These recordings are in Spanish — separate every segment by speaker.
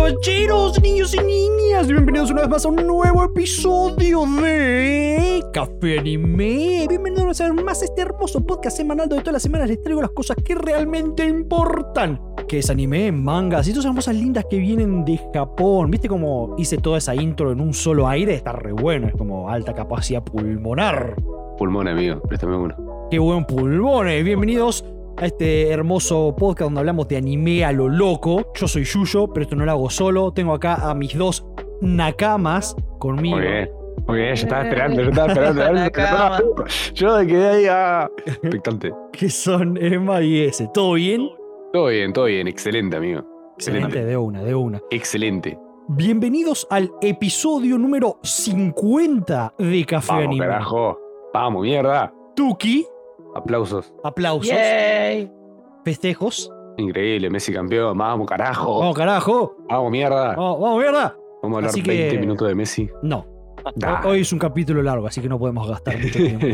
Speaker 1: Bienvenidos niños y niñas, bienvenidos una vez más a un nuevo episodio de Café Anime. Bienvenidos a más este hermoso podcast semanal donde todas las semanas les traigo las cosas que realmente importan. Que es anime, mangas y todas esas cosas lindas que vienen de Japón. ¿Viste cómo hice toda esa intro en un solo aire? Está re bueno, es como alta capacidad pulmonar.
Speaker 2: Pulmón, amigo, préstame uno.
Speaker 1: Qué buen pulmón, eh. bienvenidos a este hermoso podcast donde hablamos de anime a lo loco. Yo soy Yuyo, pero esto no lo hago solo. Tengo acá a mis dos nakamas conmigo.
Speaker 2: Muy bien, muy bien, yo estaba esperando, yo estaba esperando. a ver si te la toma. yo me quedé ahí ah, expectante.
Speaker 1: Que son Emma y S. ¿Todo bien?
Speaker 2: Todo bien, todo bien, excelente, amigo. Excelente.
Speaker 1: Excelente, de una, de una.
Speaker 2: Excelente.
Speaker 1: Bienvenidos al episodio número 50 de Café
Speaker 2: Vamos,
Speaker 1: Anime.
Speaker 2: carajo. Vamos, mierda.
Speaker 1: Tuki,
Speaker 2: Aplausos.
Speaker 1: aplausos,
Speaker 3: Yay.
Speaker 1: festejos.
Speaker 2: Increíble, Messi campeón. Vamos, carajo.
Speaker 1: Vamos, carajo.
Speaker 2: Vamos, mierda.
Speaker 1: Vamos, vamos, mierda.
Speaker 2: Vamos a hablar
Speaker 1: así que-
Speaker 2: 20 minutos de Messi.
Speaker 1: No,
Speaker 2: Da.
Speaker 1: hoy es un capítulo largo, así que no podemos gastar mucho tiempo.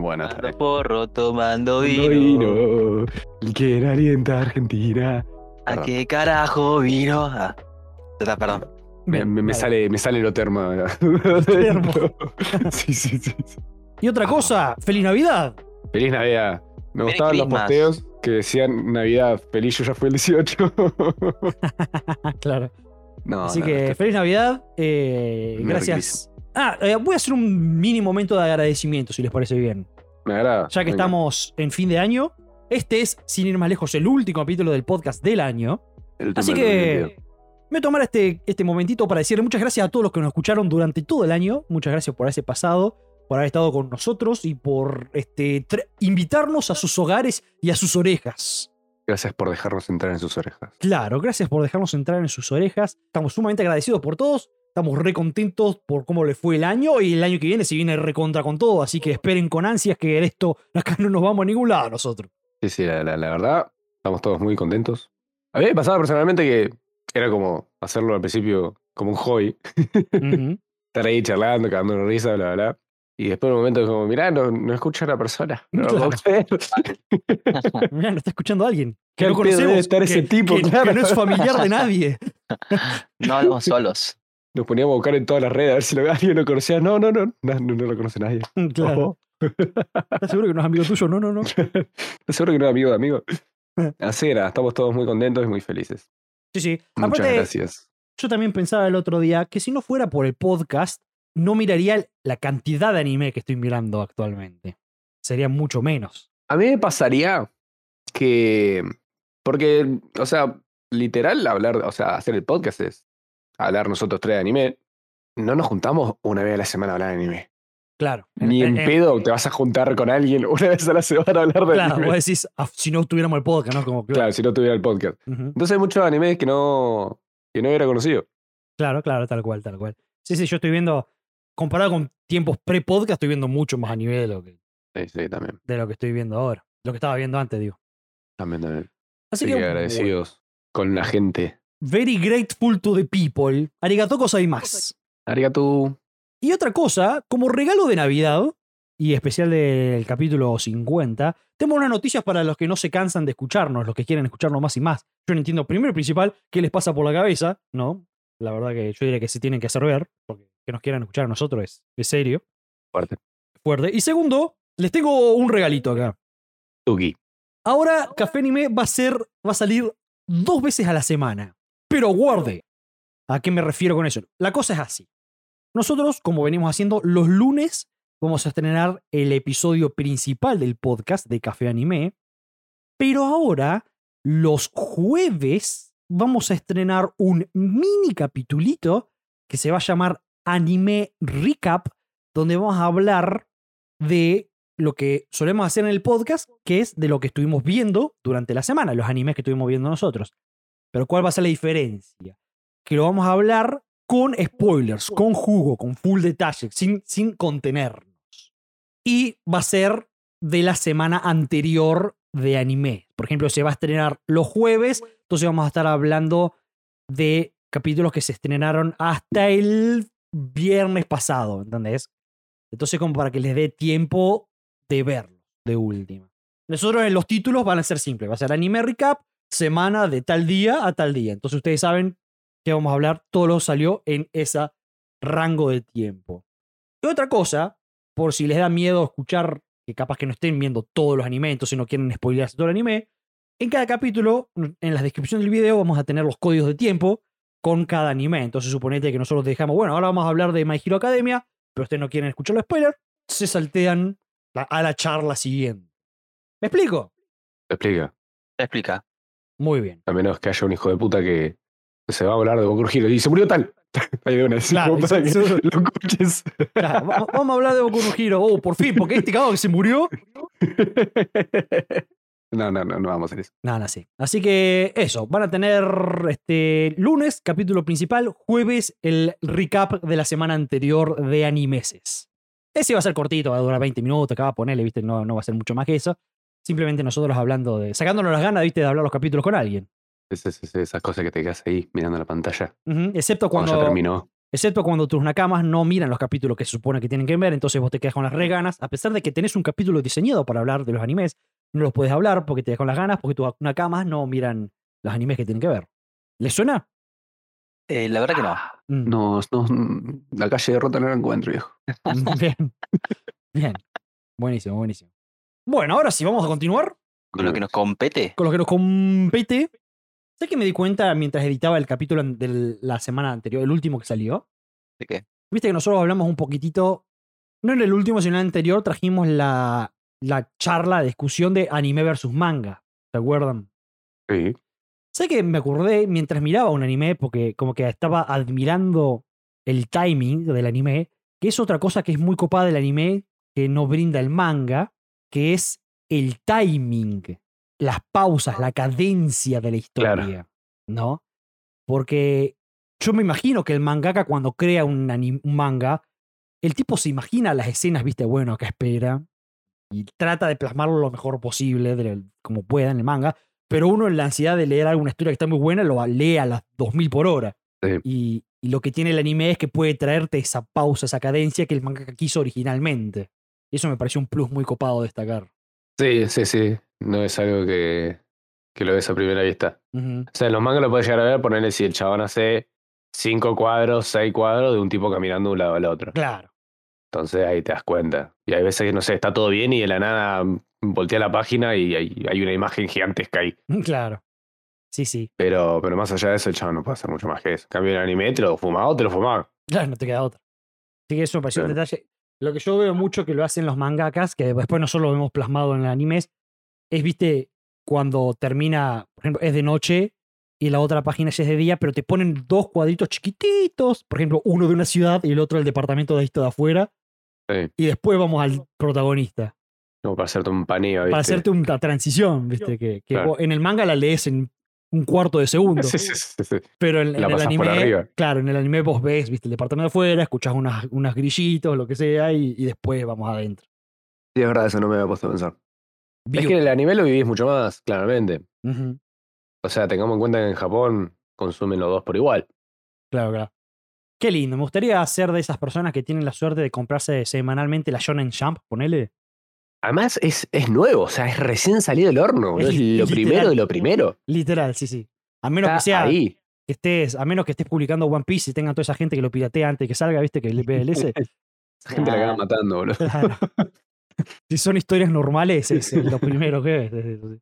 Speaker 2: bueno, está
Speaker 3: Tomando
Speaker 2: bien.
Speaker 3: porro, tomando
Speaker 2: No
Speaker 3: vino. eh.
Speaker 2: vino. El que era alienta a Argentina.
Speaker 3: ¿A qué carajo vino? Ah, ya está, perdón.
Speaker 2: Me,
Speaker 1: Bien,
Speaker 2: me- me
Speaker 1: dale.
Speaker 2: sale, me sale lo termo.
Speaker 1: termo.
Speaker 2: sí, sí, sí. sí.
Speaker 1: Y otra cosa, feliz Navidad.
Speaker 2: Feliz Navidad. Me
Speaker 3: Merry
Speaker 2: gustaban los
Speaker 3: Christmas.
Speaker 2: posteos que decían Navidad feliz, yo ya fui el 18.
Speaker 1: Ah, claro.
Speaker 2: no,
Speaker 1: Así
Speaker 2: Ah, no, este
Speaker 1: que
Speaker 2: está-
Speaker 1: feliz Navidad. eh,
Speaker 2: Merry
Speaker 1: gracias. Ah, eh, voy a hacer un mini momento de agradecimiento, si les parece bien.
Speaker 2: me agrada.
Speaker 1: Ya que
Speaker 2: Me encanta.
Speaker 1: estamos en fin de año, este es, sin ir más lejos, el último capítulo del podcast del año.
Speaker 2: El tema
Speaker 1: Así
Speaker 2: del video.
Speaker 1: que me voy a tomar este, este momentito para decirle muchas gracias a todos los que nos escucharon durante todo el año. Muchas gracias por haberse pasado, por haber estado con nosotros y por este, tra- invitarnos a sus hogares y a sus orejas.
Speaker 2: Gracias por dejarnos entrar en sus orejas.
Speaker 1: Claro, gracias por dejarnos entrar en sus orejas. Estamos sumamente agradecidos por todos. Estamos recontentos por cómo le fue el año y el año que viene se viene recontra con todo. Así que esperen con ansias que de esto acá no nos vamos a ningún lado nosotros.
Speaker 2: Sí, sí, la, la- la verdad, estamos todos muy contentos. A mí me pasaba personalmente que era como hacerlo al principio como un hobby.
Speaker 1: Ujú.
Speaker 2: Estar ahí charlando, cagándonos risa, bla, bla, bla. Y después un momento es como, mirá, no, no escucha a la persona. No lo puedo creer.
Speaker 1: Mirá, nos está escuchando alguien.
Speaker 2: Qué
Speaker 1: Que no
Speaker 2: pedo debe
Speaker 1: conocemos.
Speaker 2: estar ese
Speaker 1: que-
Speaker 2: tipo,
Speaker 1: que- que
Speaker 2: claro.
Speaker 1: no es familiar de nadie.
Speaker 3: No hablamos solos.
Speaker 2: Nos poníamos a buscar en todas las redes a ver si lo, alguien lo conocía. No, no, no, no, no, no lo conoce nadie.
Speaker 1: Claro.
Speaker 2: Ojo.
Speaker 1: ¿Estás seguro que no es amigo tuyo? No, no, no.
Speaker 2: Seguro que no era amigo de amigo. Así era, estamos todos muy contentos y muy felices.
Speaker 1: Sí, sí.
Speaker 2: Muchas
Speaker 1: Aparte,
Speaker 2: gracias.
Speaker 1: yo también pensaba el otro día que si no fuera por el podcast, no miraría la cantidad de anime que estoy mirando actualmente. Sería mucho menos.
Speaker 2: A mí me pasaría que. Porque, o sea, literal, hablar, o sea, hacer el podcast es hablar nosotros tres de anime. No nos juntamos una vez a la semana a hablar de anime.
Speaker 1: Claro. Eh,
Speaker 2: Ni en pedo te vas a juntar con alguien una vez a la semana a hablar de
Speaker 1: Claro,
Speaker 2: anime.
Speaker 1: vos decís, "Ah, si no tuviéramos el podcast, ¿no? Como, claro.
Speaker 2: Claro, si no tuviera el podcast.
Speaker 1: Ujú.
Speaker 2: Entonces hay muchos animes que no, que no hubiera conocido.
Speaker 1: Claro, claro, tal cual, tal cual. Sí, sí, yo estoy viendo, comparado con tiempos pre-podcast, estoy viendo mucho más a nivel de lo, que,
Speaker 2: Sí, sí, también.
Speaker 1: de lo que estoy viendo ahora. Lo que estaba viendo antes, digo.
Speaker 2: También, también.
Speaker 1: Así
Speaker 2: Así
Speaker 1: que,
Speaker 2: que agradecidos con la gente.
Speaker 1: bueno, very grateful to the people. Arigato hay más.
Speaker 2: Arigato.
Speaker 1: Y otra cosa, como regalo de Navidad y especial del capítulo 50, tengo unas noticias para los que no se cansan de escucharnos, los que quieren escucharnos más y más. Yo no entiendo, primero y principal, qué les pasa por la cabeza, ¿no? La verdad que yo diría que se tienen que hacer ver, porque que nos quieran escuchar a nosotros es, es serio,
Speaker 2: Fuerte.
Speaker 1: fuerte. Y segundo, les tengo un regalito acá.
Speaker 2: Tuki.
Speaker 1: Ahora Café Anime va a ser, va a salir dos veces a la semana. Pero guarde, ¿a qué me refiero con eso? La cosa es así. Nosotros, como venimos haciendo, los lunes vamos a estrenar el episodio principal del podcast de Café Anime. Pero ahora, los jueves, vamos a estrenar un mini capitulito que se va a llamar Anime Recap, donde vamos a hablar de lo que solemos hacer en el podcast, que es de lo que estuvimos viendo durante la semana, los animes que estuvimos viendo nosotros. Pero ¿cuál va a ser la diferencia? Que lo vamos a hablar con spoilers, con jugo, con full detalle, sin, sin contenernos. Y va a ser de la semana anterior de anime. Por ejemplo, se va a estrenar los jueves, entonces vamos a estar hablando de capítulos que se estrenaron hasta el viernes pasado, ¿entendés? Entonces como para que les dé tiempo de verlo, de última. Nosotros en los títulos van a ser simples, va a ser anime recap, semana de tal día a tal día. Entonces ustedes saben que vamos a hablar, todo lo salió en ese rango de tiempo. Y otra cosa, por si les da miedo escuchar que capaz que no estén viendo todos los animes, entonces no quieren spoilearse todo el anime, en cada capítulo, en la descripción del video, vamos a tener los códigos de tiempo con cada anime. Entonces suponete que nosotros dejamos, bueno, ahora vamos a hablar de My Hero Academia, pero ustedes no quieren escuchar los spoilers, se saltean la- a la charla siguiente. ¿Me explico?
Speaker 2: Te explica.
Speaker 3: Te explica.
Speaker 1: Muy bien.
Speaker 2: A menos que haya un hijo de puta que se va a hablar de Boku no Hero y se murió tal. Ahí de una vez,
Speaker 1: Claro,
Speaker 2: como para que
Speaker 1: eso- eso-
Speaker 2: lo escuches.
Speaker 1: Claro, va- va- vamos a hablar de Boku no Hero. Oh, por fin, porque este cabrón que se murió.
Speaker 2: No, no, no, no vamos a hacer eso.
Speaker 1: Nada, sí. Así que eso, van a tener este lunes, capítulo principal, jueves, el recap de la semana anterior de animeses. Ese va a ser cortito, va a durar 20 minutos, acá va a ponerle, ¿viste? No, no va a ser mucho más que eso. Simplemente nosotros hablando de. sacándonos las ganas, ¿viste? De hablar los capítulos con alguien.
Speaker 2: Es- es- es- esas cosas que te quedas ahí mirando la pantalla
Speaker 1: Ujú, Excepto
Speaker 2: cuando, ya
Speaker 1: cuando.
Speaker 2: terminó.
Speaker 1: Excepto cuando tus nakamas no miran los capítulos que se supone que tienen que ver, entonces vos te quedas con las reganas, a pesar de que tenés un capítulo diseñado para hablar de los animes, no los puedes hablar porque te quedas con las ganas, porque tus nakamas no miran los animes que tienen que ver. ¿Les suena?
Speaker 3: Eh, la verdad que no.
Speaker 1: Mm.
Speaker 2: No, no, la calle de Rota no la encuentro, viejo.
Speaker 1: Bien. Bien. Buenísimo, buenísimo. Bueno, ahora sí, vamos a continuar
Speaker 3: Con lo que nos compete.
Speaker 1: con lo que nos compete. Sé que me di cuenta mientras editaba el capítulo an- de la semana anterior, el último que salió.
Speaker 3: ¿De qué?
Speaker 1: Viste que nosotros hablamos un poquitito, no en el último, sino en el anterior, trajimos la, la charla, la discusión de anime versus manga. ¿Se acuerdan?
Speaker 2: Sí.
Speaker 1: Sé que me acordé mientras miraba un anime, porque como que estaba admirando el timing del anime, que es otra cosa que es muy copada del anime, que no brinda el manga, que es el timing, las pausas, la cadencia de la historia,
Speaker 2: Claro.
Speaker 1: ¿no? Porque yo me imagino que el mangaka cuando crea un, ani- un manga, el tipo se imagina las escenas, viste, bueno, acá espera, y trata de plasmarlo lo mejor posible, de- como pueda en el manga, pero uno en la ansiedad de leer alguna historia que está muy buena lo lee a las 2000 por hora.
Speaker 2: Sí.
Speaker 1: Y, y lo que tiene el anime es que puede traerte esa pausa, esa cadencia que el mangaka quiso originalmente. Eso me pareció un plus muy copado destacar.
Speaker 2: Sí, sí, sí. No es algo que, que lo ves a primera vista.
Speaker 1: Ujú.
Speaker 2: O sea, en los mangas lo puedes llegar a ver, ponerle si el chabón hace cinco cuadros, seis cuadros de un tipo caminando de un lado al otro.
Speaker 1: Claro.
Speaker 2: Entonces ahí te das cuenta. Y hay veces que, no sé, está todo bien y de la nada mm, voltea la página y hay, hay una imagen gigantesca ahí.
Speaker 1: Claro. Sí, sí.
Speaker 2: Pero, pero más allá de eso, el chabón no puede hacer mucho más que eso. En Cambio el anime, te lo fumaba o te lo fumaba.
Speaker 1: Claro, no te queda otra. Así que eso me pareció un
Speaker 2: Claro.
Speaker 1: detalle. Lo que yo veo mucho que lo hacen los mangakas, que después nosotros lo vemos plasmado en el anime, es, viste, cuando termina, por ejemplo, es de noche y la otra página ya es de día, pero te ponen dos cuadritos chiquititos, por ejemplo, uno de una ciudad y el otro del departamento de esto de afuera,
Speaker 2: Sí.
Speaker 1: y después vamos al protagonista,
Speaker 2: Como para hacerte un paneo, ¿viste?
Speaker 1: para hacerte una transición, viste, que, que
Speaker 2: Claro.
Speaker 1: vos- en el manga la lees en un cuarto de segundo.
Speaker 2: Sí, sí, sí, sí.
Speaker 1: Pero en,
Speaker 2: La
Speaker 1: en el
Speaker 2: pasás
Speaker 1: anime,
Speaker 2: por arriba.
Speaker 1: claro, en el anime vos ves, viste, el departamento de afuera, escuchás unas, unas grillitos, lo que sea, y, y después vamos adentro.
Speaker 2: Sí, es verdad, eso no me había puesto a pensar. Es
Speaker 1: Viu.
Speaker 2: que en el anime lo vivís mucho más, claramente.
Speaker 1: Ujú,
Speaker 2: O sea, tengamos en cuenta que en Japón consumen los dos por igual.
Speaker 1: Claro, claro. Qué lindo, me gustaría ser de esas personas que tienen la suerte de comprarse semanalmente la Shonen Jump, ponele.
Speaker 2: Además, es, es nuevo, o sea, es recién salido del horno. boludo,
Speaker 1: Es
Speaker 2: Es lo
Speaker 1: literal.
Speaker 2: primero de lo primero.
Speaker 1: Literal, sí, sí. A menos
Speaker 2: Está
Speaker 1: que sea
Speaker 2: ahí.
Speaker 1: que estés, a menos que estés publicando One Piece y tengan toda esa gente que lo piratea antes de que salga, viste, que el BLS.
Speaker 2: Esa gente la acaban matando, boludo.
Speaker 1: Claro. si son historias normales, es eh, lo primero que es. es eso, sí.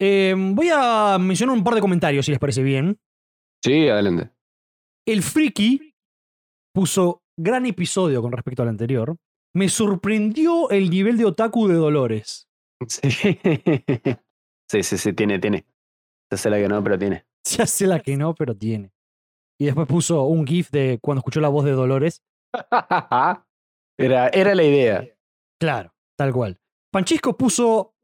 Speaker 1: Eh, voy a mencionar un par de comentarios, si les parece bien.
Speaker 2: Sí, adelante.
Speaker 1: El friki puso gran episodio con respecto al anterior. Me sorprendió el nivel de otaku de Dolores.
Speaker 2: Sí, sí, sí, sí, tiene, tiene. Se sé la que no, pero tiene.
Speaker 1: Se hace la que no, pero tiene. Y después puso un GIF de cuando escuchó la voz de Dolores.
Speaker 2: era, era la idea.
Speaker 1: Claro, tal cual. Panchisco puso,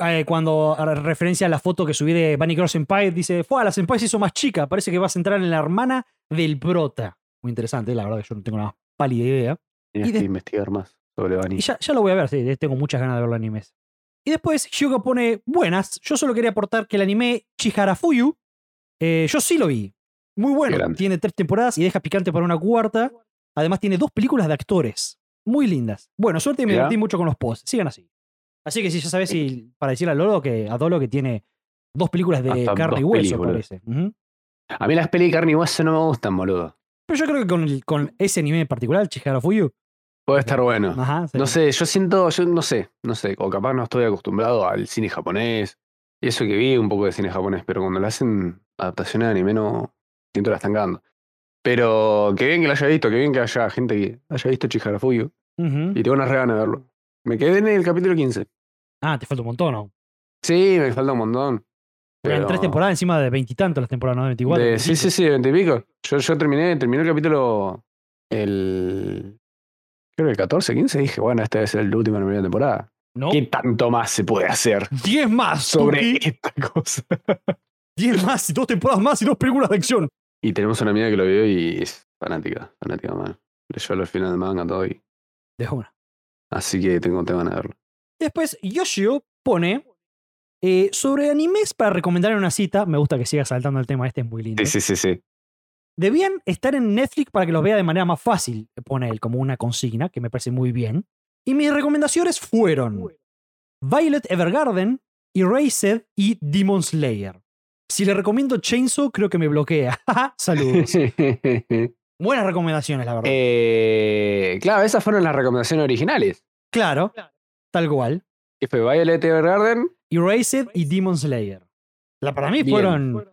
Speaker 1: eh, cuando a- referencia a la foto que subí de Bunny Girl Senpai, dice, fue la Senpai se hizo más chica, parece que vas a entrar en la hermana del prota. Muy interesante, la verdad que yo no tengo la más pálida idea.
Speaker 2: Tienes
Speaker 1: Y de-
Speaker 2: que investigar más sobre Bunny.
Speaker 1: Y ya, ya lo voy a ver, sí, tengo muchas ganas de ver los animes. Y después Hyuga pone, buenas, yo solo quería aportar que el anime Chihara Fuyu, eh, yo sí lo vi. Muy bueno,
Speaker 2: Qué grande.
Speaker 1: tiene tres temporadas y deja picante para una cuarta. Además tiene dos películas de actores, muy lindas. Bueno, suerte y me
Speaker 2: Mirá.
Speaker 1: divertí mucho con los posts, sigan así. Así que sí, ya sabes, si, para decirle a Lolo que, a Dolo que tiene dos películas de
Speaker 2: Hasta
Speaker 1: carne y
Speaker 2: dos
Speaker 1: hueso,
Speaker 2: pelis, boludo.
Speaker 1: parece. Ujú.
Speaker 2: A mí las pelis de carne y hueso no me gustan, boludo.
Speaker 1: Pero yo creo que con, el- con ese anime en particular, Chihara Fuyu.
Speaker 2: Puede estar bueno.
Speaker 1: Ajá, sí.
Speaker 2: Ah. No sé, yo siento, yo no sé, no sé, o capaz no estoy acostumbrado al cine japonés. Y eso que vi un poco de cine japonés, pero cuando le hacen adaptaciones de anime no siento la están cagando. Pero qué bien que lo haya visto, qué bien que haya gente que haya visto Chihara Fuyu
Speaker 1: Ujú.
Speaker 2: y tengo unas re ganas de verlo. Me quedé en el capítulo 15.
Speaker 1: Ah, te falta un montón, ¿no?
Speaker 2: Sí, me falta un montón.
Speaker 1: Pero eran
Speaker 2: pero-
Speaker 1: tres temporadas encima de veintitantos las temporadas, ¿no? De 24.
Speaker 2: de- sí, sí, sí, de 20 y pico. Yo, yo terminé, terminé el capítulo el creo que el 14, 15 y dije, bueno, este debe ser el último de la primera temporada.
Speaker 1: ¿No?
Speaker 2: ¿Qué tanto más se puede hacer?
Speaker 1: Diez más,
Speaker 2: sobre
Speaker 1: Tuki.
Speaker 2: esta cosa.
Speaker 1: Diez más, y dos temporadas más y dos películas de acción.
Speaker 2: Y tenemos una amiga que lo vio y es fanática, fanática mal. Leyó los finales del manga todo y.
Speaker 1: De una.
Speaker 2: Así que tengo tema de verlo.
Speaker 1: Después, Yoshio pone eh, sobre animes para recomendar en una cita. Me gusta que siga saltando el tema, este es muy lindo.
Speaker 2: Sí, sí, sí, sí.
Speaker 1: Debían estar en Netflix para que los vea de manera más fácil, pone él como una consigna, que me parece muy bien. Y mis recomendaciones fueron Violet Evergarden, Erased y Demon Slayer. Si le recomiendo Chainsaw, creo que me bloquea. Saludos. Buenas recomendaciones, la verdad.
Speaker 2: Eh, claro, esas fueron las recomendaciones originales.
Speaker 1: claro, tal cual.
Speaker 2: Que fue Violet Evergarden.
Speaker 1: Erased y Demon Slayer. La, para mí
Speaker 2: Bien.
Speaker 1: fueron...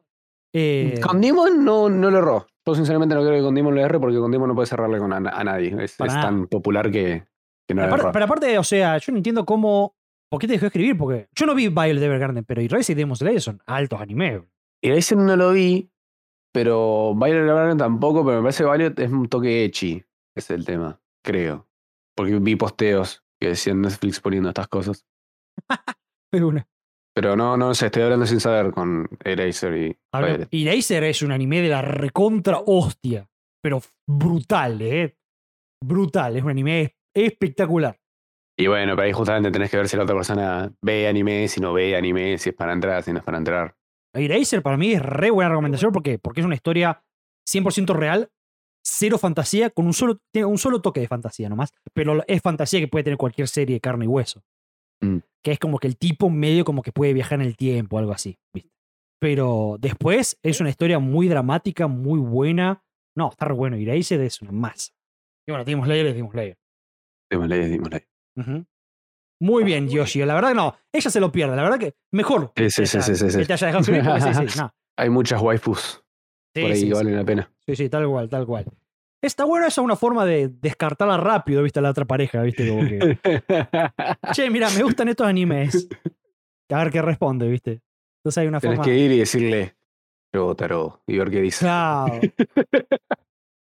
Speaker 1: eh,
Speaker 2: Con Demon no, no lo erró. Yo sinceramente no creo que con Demon lo erre porque con Demon no puede cerrarle con a, a nadie. Es,
Speaker 1: Para
Speaker 2: es
Speaker 1: nada.
Speaker 2: tan popular que, que no lo
Speaker 1: aparte-
Speaker 2: erró.
Speaker 1: pero aparte, o sea, yo no entiendo cómo... ¿Por qué te dejó escribir? Porque yo no vi Violet Evergarden, pero Erased y Demon Slayer son altos animes.
Speaker 2: Y Ryzen no lo vi, pero Violet Evergarden tampoco, pero me parece que Violet es un toque echi, es el tema, creo. Porque vi posteos que decían Netflix poniendo estas cosas.
Speaker 1: Es una.
Speaker 2: Pero no, no sé, estoy hablando sin saber con Eraser y
Speaker 1: Hablo-
Speaker 2: Violet.
Speaker 1: y Laser es un anime de la recontra hostia, pero brutal, ¿eh? Brutal, es un anime espectacular.
Speaker 2: Y bueno, pero ahí justamente tenés que ver si la otra persona ve anime, si no ve anime, si es para entrar, si no es para entrar.
Speaker 1: Y Laser para mí es re buena recomendación ¿por qué? porque es una historia 100% real, cero fantasía, con un solo, tiene un solo toque de fantasía nomás, pero es fantasía que puede tener cualquier serie de carne y hueso.
Speaker 2: Mm.
Speaker 1: Que es como que el tipo medio como que puede viajar en el tiempo, algo así, ¿viste? Pero después es una historia muy dramática, muy buena. No, está re bueno. Eraser es una masa. Y bueno, dimos Layer, es Demon Slayer.
Speaker 2: Démosle, démosle.
Speaker 1: Ujú. Muy
Speaker 2: Ah,
Speaker 1: bien, Yoshi. La verdad que no, ella se lo pierde. La verdad que mejor.
Speaker 2: Sí, sí,
Speaker 1: que
Speaker 2: sí,
Speaker 1: ella-
Speaker 2: sí, sí, sí.
Speaker 1: que te haya dejado subir, porque sí, sí, no.
Speaker 2: Hay muchas waifus
Speaker 1: Sí,
Speaker 2: por ahí
Speaker 1: sí,
Speaker 2: que
Speaker 1: sí.
Speaker 2: valen la pena.
Speaker 1: Sí, sí, tal cual, tal cual. Está bueno esa una forma de descartarla rápido, viste, a la otra pareja, viste, como que. Che, mira, me gustan estos animes. A ver qué responde, viste. Entonces hay una
Speaker 2: Tenés
Speaker 1: forma.
Speaker 2: que ir y decirle, yo, Taro, y ver qué dice.
Speaker 1: Chao.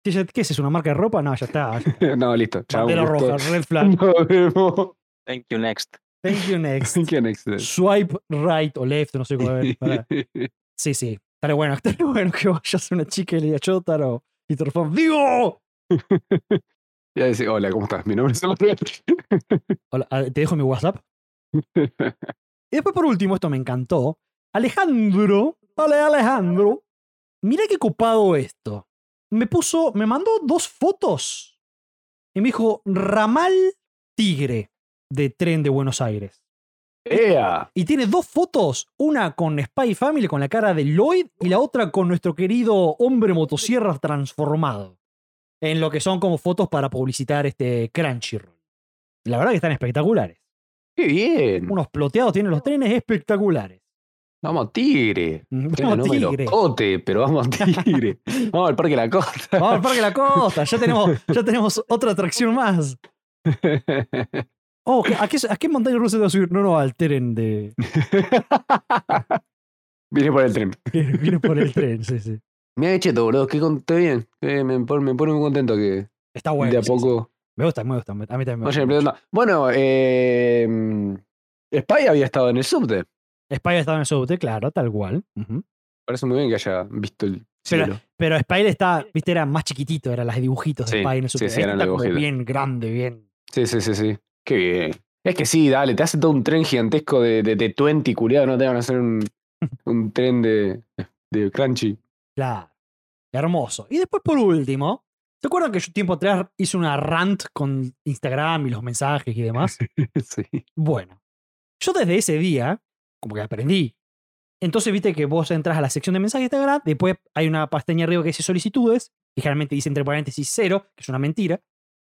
Speaker 1: Sí, ya- ¿Qué es eso? ¿Una marca de ropa? No, ya está.
Speaker 2: No, listo. Chao.
Speaker 1: Bandera
Speaker 2: un gusto.
Speaker 1: roja, red flag.
Speaker 2: Nos vemos.
Speaker 3: Thank you next.
Speaker 1: Thank you next.
Speaker 2: Qué anexo.
Speaker 1: Swipe right o left, no sé cómo es. pará. Sí, sí. Estaría bueno, estaría bueno que vayas a una chica y le digas, yo, Taro, y te responda, ¡Vivo!
Speaker 2: Ya dice, hola, ¿cómo estás? Mi nombre es Emanuel.
Speaker 1: Hola, ah, te dejo mi WhatsApp. Y después, por último, esto me encantó. Alejandro, hola Alejandro. Mira qué copado esto. Me puso, me mandó dos fotos. Y me dijo, ramal tigre de tren de Buenos Aires.
Speaker 2: ¡Ea!
Speaker 1: Y tiene dos fotos, una con Spy Family con la cara de Lloyd y la otra con nuestro querido hombre motosierra transformado. En lo que son como fotos para publicitar este Crunchyroll. La verdad que están espectaculares.
Speaker 2: ¡Qué bien!
Speaker 1: Unos ploteados tienen los trenes espectaculares.
Speaker 2: Vamos, tigre. Bueno,
Speaker 1: Vamos
Speaker 2: no me lo
Speaker 1: tigre.
Speaker 2: cote, pero vamos, tigre. vamos al Parque de la Costa.
Speaker 1: Vamos al Parque de la Costa. Ya tenemos, ya tenemos otra atracción más. Oh, ¿qué- ¿a qué, a qué montaña rusa te vas a subir? No, no, al tren de...
Speaker 2: Vine por el tren.
Speaker 1: que Viene por el tren, sí, sí.
Speaker 2: Me ha hecho todo, boludo. Qué con- qué bien. Eh, me, pon- me pone muy contento que
Speaker 1: Está bueno.
Speaker 2: de a
Speaker 1: sí, sí.
Speaker 2: poco
Speaker 1: Me gusta, me gusta. A mí también me gusta.
Speaker 2: vayan aprendiendo. Bueno, eh, mm, Spy había estado en el subte.
Speaker 1: Spy estaba en el subte, claro, tal cual. Ujú.
Speaker 2: Parece muy bien que haya visto el
Speaker 1: Pero-
Speaker 2: cielo.
Speaker 1: Pero Spire está, viste, era más chiquitito, eran las dibujitos de
Speaker 2: Sí,
Speaker 1: Spire en el
Speaker 2: sí,
Speaker 1: Super.
Speaker 2: sí, eran
Speaker 1: Este está como
Speaker 2: dibujitos.
Speaker 1: bien grande, bien.
Speaker 2: Sí, sí, sí, sí. Qué bien. Es que sí, dale, te hace todo un tren gigantesco de, de, de 20, culiado, no te van a hacer un, un tren de, de crunchy.
Speaker 1: Claro. Hermoso. Y después, por último, ¿se acuerdan que yo tiempo atrás hice una rant con Instagram y los mensajes y demás?
Speaker 2: Sí.
Speaker 1: Bueno, yo desde ese día, como que aprendí Entonces, viste que vos entras a la sección de mensajes de Instagram, después hay una pestaña arriba que dice solicitudes, que generalmente dice entre paréntesis cero, que es una mentira.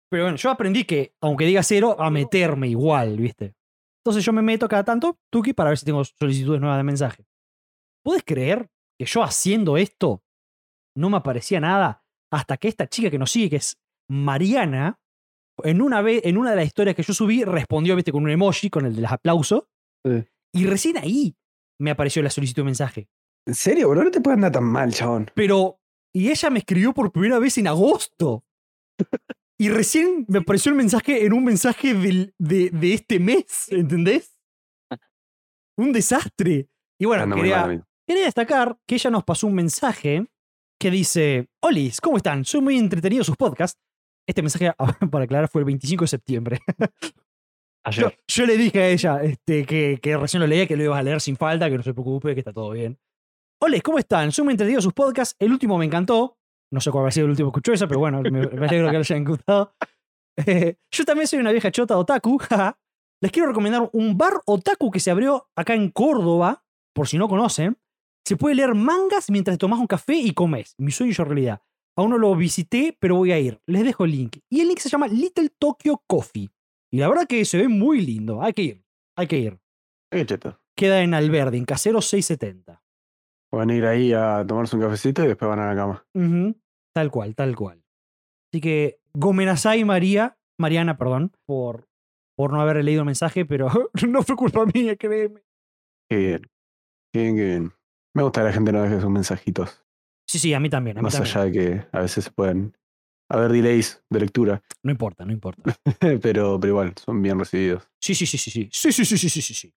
Speaker 1: Pero bueno, yo aprendí que, aunque diga cero, a meterme igual, viste. Entonces yo me meto cada tanto, Tuki, para ver si tengo solicitudes nuevas de mensaje. ¿Puedes creer que yo haciendo esto no me aparecía nada hasta que esta chica que nos sigue, que es Mariana, en una, vez, en una de las historias que yo subí, respondió, viste, con un emoji, con el de los aplausos.
Speaker 2: Sí.
Speaker 1: Y recién ahí me apareció la solicitud de mensaje.
Speaker 2: ¿En serio, boludo? No te puede andar tan mal, chabón.
Speaker 1: Pero, y ella me escribió por primera vez en agosto. Y recién me apareció el mensaje en un mensaje del- de, de este mes, ¿entendés? Un desastre. Y bueno,
Speaker 2: Anda muy
Speaker 1: quería,
Speaker 2: mal, amigo.
Speaker 1: Quería destacar que ella nos pasó un mensaje que dice: Olis, ¿cómo están? Soy muy entretenido sus podcasts. Este mensaje, para aclarar, fue el 25 de septiembre. Yo,
Speaker 3: Ayer.
Speaker 1: yo le dije a ella este, que, que recién lo leía, que lo ibas a leer sin falta, que no se preocupe, que está todo bien. Olis, ¿cómo están? Soy muy entretenido sus podcasts. El último me encantó. No sé cuál ha sido el último que escuchó esa, pero bueno, me, me alegro que le hayan gustado. Eh, yo también soy una vieja chota otaku. jaja. Les quiero recomendar un bar otaku que se abrió acá en Córdoba, por si no conocen. Se puede leer mangas mientras tomás un café y comes. Mi sueño hecho realidad. Aún no lo visité, pero voy a ir. Les dejo el link. Y el link se llama Little Tokyo Coffee. Y la verdad que se ve muy lindo. Hay que ir. Hay que ir.
Speaker 2: Qué cheto.
Speaker 1: Queda en Alberdi, en Casero 670.
Speaker 2: Van a ir ahí a tomarse un cafecito y después van a la cama.
Speaker 1: Ujú. Tal cual, tal cual. Así que Gomenasai María, Mariana, perdón, por, por no haber leído el mensaje, pero no fue culpa mía, créeme.
Speaker 2: Qué bien. Qué bien, qué bien. Me gusta que la gente no deje sus mensajitos.
Speaker 1: Sí, sí, a mí también. A mí
Speaker 2: Más
Speaker 1: también.
Speaker 2: allá de que a veces se pueden haber delays de lectura,
Speaker 1: No importa, no importa.
Speaker 2: pero, pero igual, son bien recibidos.
Speaker 1: Sí, sí, sí, sí, sí. Sí, sí, sí, sí, sí, sí, sí.